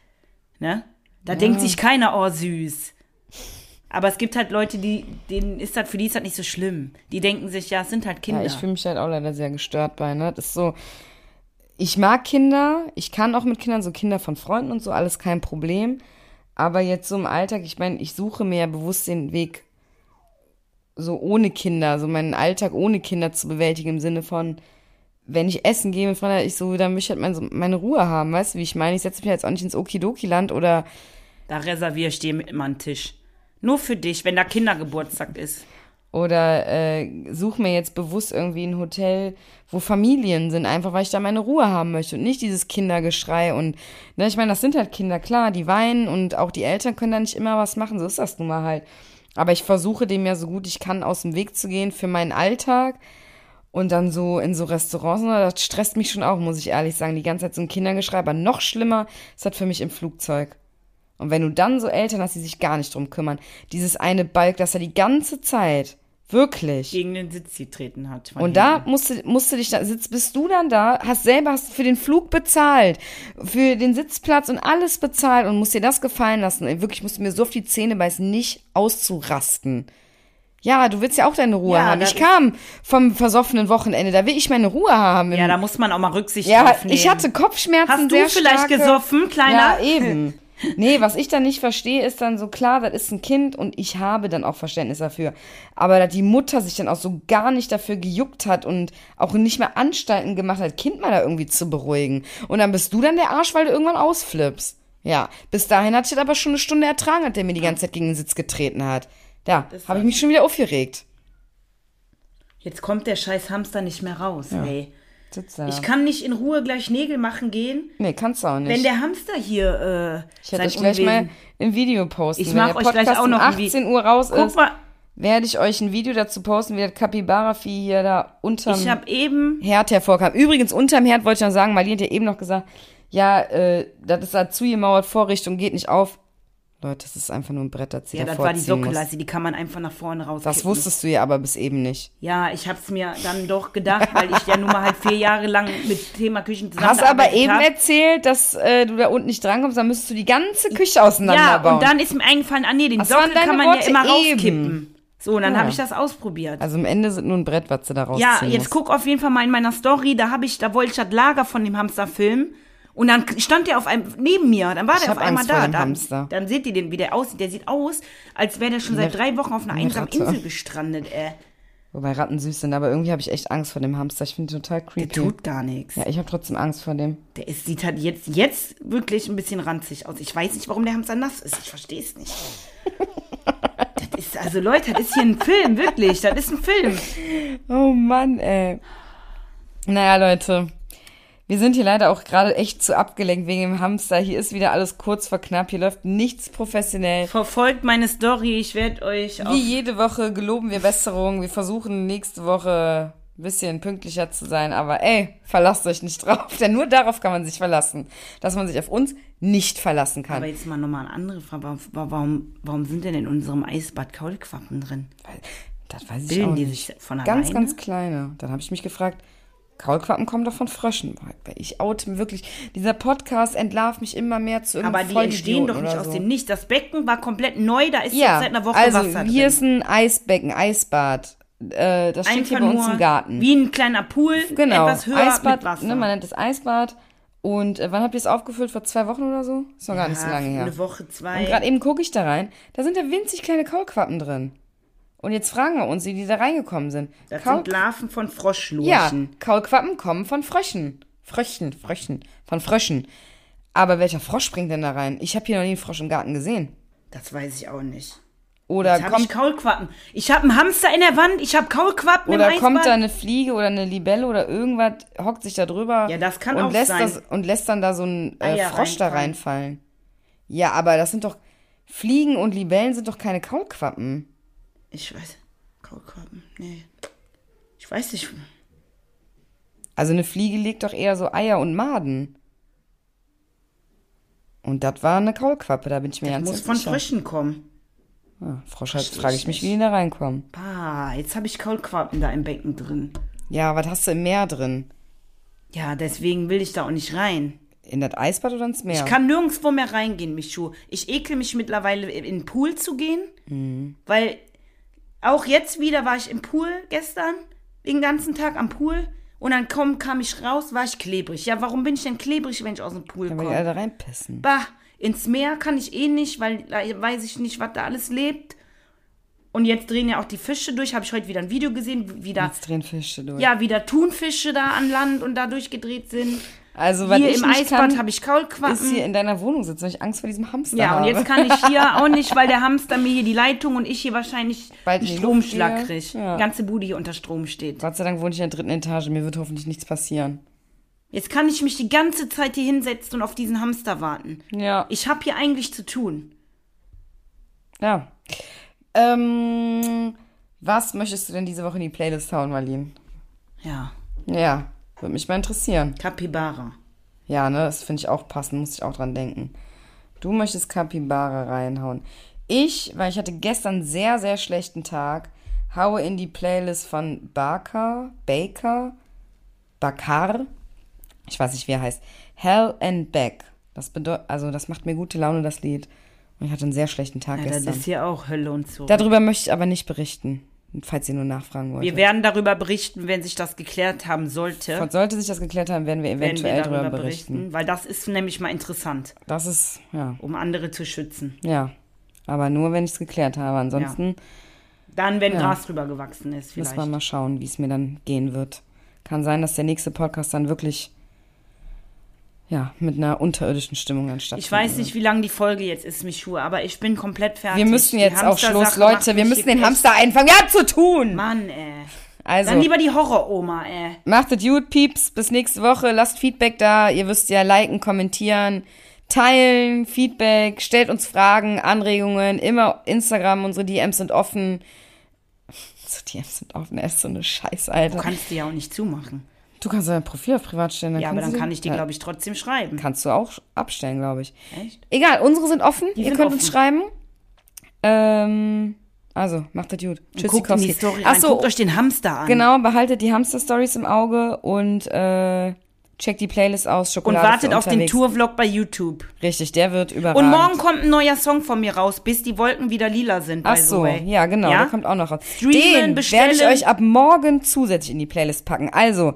Ne? Da denkt sich keiner, oh süß. Aber es gibt halt Leute, die, denen ist das, für die ist das nicht so schlimm. Die denken sich, ja, es sind halt Kinder.
Ja, ich fühle mich halt auch leider sehr gestört bei, ne? Das ist so. Ich mag Kinder, ich kann auch mit Kindern, so Kinder von Freunden und so, alles kein Problem. Aber jetzt so im Alltag, ich meine, ich suche mir ja bewusst den Weg, so ohne Kinder, so meinen Alltag ohne Kinder zu bewältigen, im Sinne von, wenn ich essen gehe mit Freunden, ich so, dann möchte ich halt meine, so meine Ruhe haben, weißt du, wie ich meine? Ich setze mich jetzt auch nicht ins Okidoki-Land oder
Da reserviere ich dir immer einen Tisch. Nur für dich, wenn da Kindergeburtstag ist.
Oder äh, suche mir jetzt bewusst irgendwie ein Hotel, wo Familien sind, einfach weil ich da meine Ruhe haben möchte und nicht dieses Kindergeschrei. Und ne, ich meine, das sind halt Kinder, klar, die weinen und auch die Eltern können da nicht immer was machen, so ist das nun mal halt. Aber ich versuche dem ja so gut ich kann aus dem Weg zu gehen für meinen Alltag. Und dann so in so Restaurants, ne, das stresst mich schon auch, muss ich ehrlich sagen. Die ganze Zeit so ein Kindergeschrei, aber noch schlimmer ist das für mich im Flugzeug. Und wenn du dann so Eltern hast, die sich gar nicht drum kümmern, dieses eine Balk, dass er die ganze Zeit wirklich.
Gegen den Sitz getreten hat. von
Und da
hinten.
musst du, musst du dich da, sitzt, bist du dann da, hast selber hast für den Flug bezahlt, für den Sitzplatz und alles bezahlt und musst dir das gefallen lassen. Ey, Wirklich musst du mir so auf die Zähne beißen, nicht auszurasten. Ja, du willst ja auch deine Ruhe
Ja,
haben.
das
Ich
ist-
kam vom versoffenen Wochenende, da will ich meine Ruhe haben.
Ja, da muss man auch mal Rücksicht
Ja,
drauf nehmen.
ich hatte Kopfschmerzen.
Hast du
sehr
vielleicht
starke,
gesoffen, Kleiner?
Ja, eben. Nee, was ich dann nicht verstehe, ist dann so klar, das ist ein Kind und ich habe dann auch Verständnis dafür. Aber dass die Mutter sich dann auch so gar nicht dafür gejuckt hat und auch nicht mehr Anstalten gemacht hat, Kind mal da irgendwie zu beruhigen. Und dann bist du dann der Arsch, weil du irgendwann ausflippst. Ja, bis dahin hatte ich das aber schon eine Stunde ertragen, dass der mir die ganze Zeit gegen den Sitz getreten hat. Da habe ich mich schon wieder aufgeregt.
Jetzt kommt der scheiß Hamster nicht mehr raus, ey.
Sitz da.
Ich kann nicht in Ruhe gleich Nägel machen gehen,
nee, kannst du auch nicht.
wenn der Hamster hier äh,
Ich werde
sein
euch gleich
Unwesen-
mal ein Video posten.
Ich
Wenn
mach
der
euch gleich
Podcast
auch
um
noch ein Vi-
18 Uhr raus
Guck
ist,
mal,
werde ich euch ein Video dazu posten, wie das Capybara-Vieh hier da unterm
ich habe eben...
Herd hervorkam. Übrigens, unterm Herd wollte ich noch sagen, Marlene hat ja eben noch gesagt, ja, äh, das ist da zugemauert, Vorrichtung geht nicht auf. Leute, das ist einfach nur ein Brett, das sie
Ja, das
davor
war die
ziehen muss.
Sockelleiste, die kann man einfach nach vorne raus.
Das wusstest du ja aber bis eben nicht.
Ja, ich hab's mir dann doch gedacht, weil ich ja nun mal halt vier Jahre lang mit Thema Küchen
Hast aber
zusammengearbeitet
eben
hab.
erzählt, dass äh, du da unten nicht drankommst, dann müsstest du die ganze Küche auseinanderbauen.
Ja, und dann ist mir eingefallen, ah nee, den
Das
Sockel
waren deine
kann man ja
Worte
immer
eben.
rauskippen. So, und dann
Ja.
habe ich das ausprobiert.
also am Ende sind nur ein Brett, was sie da rausziehen
ja, jetzt
muss.
guck auf jeden Fall mal in meiner Story, da habe ich, da wollte ich das Lager von dem Hamster filmen. Und dann stand der auf einem neben mir, dann war der
hab
auf einmal
Angst
da.
vor dem
dann,
Hamster.
dann seht ihr den, wie der aussieht. Der sieht aus, als wäre der schon seit drei Wochen auf einer einsamen
Ratte.
Insel gestrandet, ey.
Wobei Ratten süß sind, aber irgendwie habe ich echt Angst vor dem Hamster. Ich finde ihn total creepy.
Der tut gar nichts.
ja, ich habe trotzdem Angst vor dem.
Der ist, sieht halt jetzt, jetzt wirklich ein bisschen ranzig aus. Ich weiß nicht, warum der Hamster nass ist. Ich verstehe es nicht. das ist, also Leute, das ist hier ein Film, wirklich. Das ist ein Film.
Oh Mann, ey. Naja, Leute. Wir sind hier leider auch gerade echt zu abgelenkt wegen dem Hamster. Hier ist wieder alles kurz vor knapp. Hier läuft nichts professionell.
Verfolgt meine Story. Ich werde euch auf
Wie jede Woche geloben wir Besserung. Wir versuchen nächste Woche ein bisschen pünktlicher zu sein. Aber ey, verlasst euch nicht drauf. Denn nur darauf kann man sich verlassen. Dass man sich auf uns nicht verlassen kann.
aber jetzt mal nochmal eine andere Frage. Warum, warum, warum sind denn in unserem Eisbad Kaulquappen drin?
Das weiß ich
Bilden
auch
die
nicht.
sich von
Ganz,
alleine?
ganz kleine. Dann habe ich mich gefragt, Kaulquappen kommen doch von Fröschen. Ich oute wirklich. Dieser Podcast entlarvt mich immer mehr zu
Aber
irgendeinem
die entstehen
Vollidioten
doch nicht
oder
aus
so.
dem Nichts. Das Becken war komplett neu. Da ist
Ja,
jetzt seit einer Woche
also
Wasser
hier
drin.
ist ein Eisbecken, Eisbad. Äh, das steht hier bei uns im Garten.
wie ein kleiner Pool,
genau,
etwas höher mit
Eisbad.
Wasser.
Ne, man nennt es Eisbad. Und äh, wann habt ihr es aufgefüllt? Vor zwei Wochen oder so? Ist noch gar nicht so lange her.
Ah, Eine Woche,
Und
zwei.
gerade eben gucke ich da rein, da sind ja winzig kleine Kaulquappen drin. Und jetzt fragen wir uns, wie die da reingekommen sind.
Das
Kaul-
sind Larven von Froschlurchen.
Ja, Kaulquappen kommen von Fröschen. Fröschen, Fröschen, von Fröschen. Aber welcher Frosch springt denn da rein? Ich habe hier noch nie einen Frosch im Garten gesehen.
Das weiß ich auch nicht.
Oder
Jetzt hab ich
kommt,
Kaulquappen. Ich habe einen Hamster in der Wand, ich habe Kaulquappen im
oder
Eisbad.
kommt da eine Fliege oder eine Libelle oder irgendwas, hockt sich da drüber
Ja, das kann
und,
auch
lässt
sein.
Das, und lässt dann da so einen äh,
Eier
Frosch da
reinfallen.
reinfallen. Ja, aber das sind doch, Fliegen und Libellen sind doch keine Kaulquappen.
ich weiß. Kaulquappen, nee. Ich weiß nicht.
Also eine Fliege legt doch eher so Eier und Maden. Und das war eine Kaulquappe, da bin ich mir ganz
Muss
ganz
von
sicher.
Fröschen kommen.
Ja, Frosch, halt,
Versteh
frage
ich
ich mich, wie
nicht.
die da reinkommen.
Bah, jetzt habe ich Kaulquappen da im Becken drin.
Ja, was hast du im Meer drin?
Ja, deswegen will ich da auch nicht rein.
In das Eisbad oder ins Meer?
Ich kann nirgendwo mehr reingehen, Michu. Ich ekel mich mittlerweile, äh, in den Pool zu gehen, weil auch jetzt wieder war ich im Pool gestern, den ganzen Tag am Pool und dann komm, kam ich raus, war ich klebrig. Ja, warum bin ich denn klebrig, wenn ich aus dem Pool
Weil die
komme?
alle da reinpissen.
Bah, ins Meer kann ich eh nicht, weil da weiß ich nicht, was da alles lebt. Und jetzt drehen ja auch die Fische durch. Habe ich heute wieder ein Video gesehen, wieder,
Jetzt drehen Fische durch.
ja, wieder Thunfische da an Land und da durchgedreht sind.
also, weil
hier
ich
im
nicht
Eisbad
kann,
habe ich
ist
Kaulquappen.
hier Ah. in deiner Wohnung sitzen, weil ich Angst vor diesem Hamster
Ja, und
habe.
jetzt kann ich hier auch nicht, weil der Hamster mir hier die Leitung und ich hier wahrscheinlich
Bald
einen
in die
Stromschlag
Luft gehe.
kriege.
Ja.
Die ganze Bude hier unter Strom steht.
Gott sei Dank wohne ich in der dritten Etage. Mir wird hoffentlich nichts passieren.
Jetzt kann ich mich die ganze Zeit hier hinsetzen und auf diesen Hamster warten.
Ja.
Ich habe hier eigentlich zu tun.
Ja. Ähm, was möchtest du denn diese Woche in die Playlist hauen, Marlene?
Ja,
Ja, würde mich mal interessieren.
Capybara.
Ja, ne, das finde ich auch passend, muss ich auch dran denken. Du möchtest Capybara reinhauen. Ich, weil ich hatte gestern einen sehr, sehr schlechten Tag, haue in die Playlist von Barker, Baker, Bakar, ich weiß nicht, wie er heißt, Hell and Back. Das bedeutet, also das macht mir gute Laune, das Lied. Und ich hatte einen sehr schlechten Tag
Ja, das
gestern.
ist hier auch Hölle und so.
Darüber möchte ich aber nicht berichten, falls ihr nur nachfragen wollt.
Wir werden darüber berichten, wenn sich das geklärt haben sollte.
Sollte sich das geklärt haben, werden wir
werden
eventuell
wir
darüber
darüber
berichten.
berichten, weil das ist nämlich mal interessant,
Das ist, ja,
um andere zu schützen.
ja. Aber nur, wenn ich es geklärt habe. Ansonsten
Dann, wenn
Ja.
Gras drüber gewachsen ist,
müssen
vielleicht.
wir mal schauen, wie es mir dann gehen wird. Kann sein, dass der nächste Podcast dann wirklich, ja, mit einer unterirdischen Stimmung anstatt.
Ich weiß nicht, wie lang die Folge jetzt ist, Michu, aber ich bin komplett fertig.
Wir müssen
Die
jetzt auch Schluss,
Hamstersache macht
Leute. Wir
mich
müssen
hier
den
echt-
Hamster einfangen. Wir haben zu tun.
Mann, ey.
Also.
Dann lieber die Horroroma, ey.
Macht es gut, Pieps. Bis nächste Woche. Lasst Feedback da. Ihr wisst ja, liken, kommentieren, teilen, Feedback. Stellt uns Fragen, Anregungen. Immer Instagram. Unsere DMs sind offen. Unsere DMs sind offen. Er ist so eine Scheiße, Alter.
Du kannst die ja auch nicht zumachen.
Du kannst dein Profil auf privat stellen.
Ja, aber dann kann ich die,
ja,
glaube ich, trotzdem schreiben.
Kannst du auch abstellen, glaube ich.
Echt?
Egal, unsere sind offen. Ihr
sind
könnt uns
offen.
schreiben. Ähm, also, macht das gut. Tschüss,
Guckt in die Story rein.
Achso,
Guckt euch den Hamster an.
Genau, behaltet die Hamster-Stories im Auge und äh, checkt die Playlist aus.
Und
Schokolade
wartet
für
auf den
unterwegs.
Tourvlog bei YouTube.
Richtig, der wird überragend.
Und morgen kommt ein neuer Song von mir raus, bis die Wolken wieder lila sind.
Ach
by the
so,
way.
ja genau,
Ja?
der kommt auch noch raus. Den
Streamen,
werde ich
bestellen.
euch ab morgen zusätzlich in die Playlist packen. Also,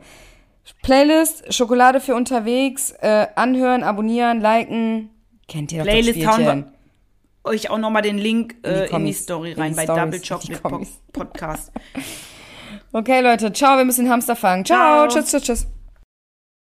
Playlist, Schokolade für unterwegs, äh, anhören, abonnieren, liken. Kennt ihr doch
Playlist
das
hauen wir
Spielchen.
euch auch nochmal den Link
die
äh, in, die
Kommis.
Story
In die
rein bei
Stories.
Double
Die
Chocolate
Kommis.
Po- Podcast.
Okay Leute, ciao, wir müssen den Hamster fangen. Ciao,
Ciao.
tschüss, tschüss, tschüss.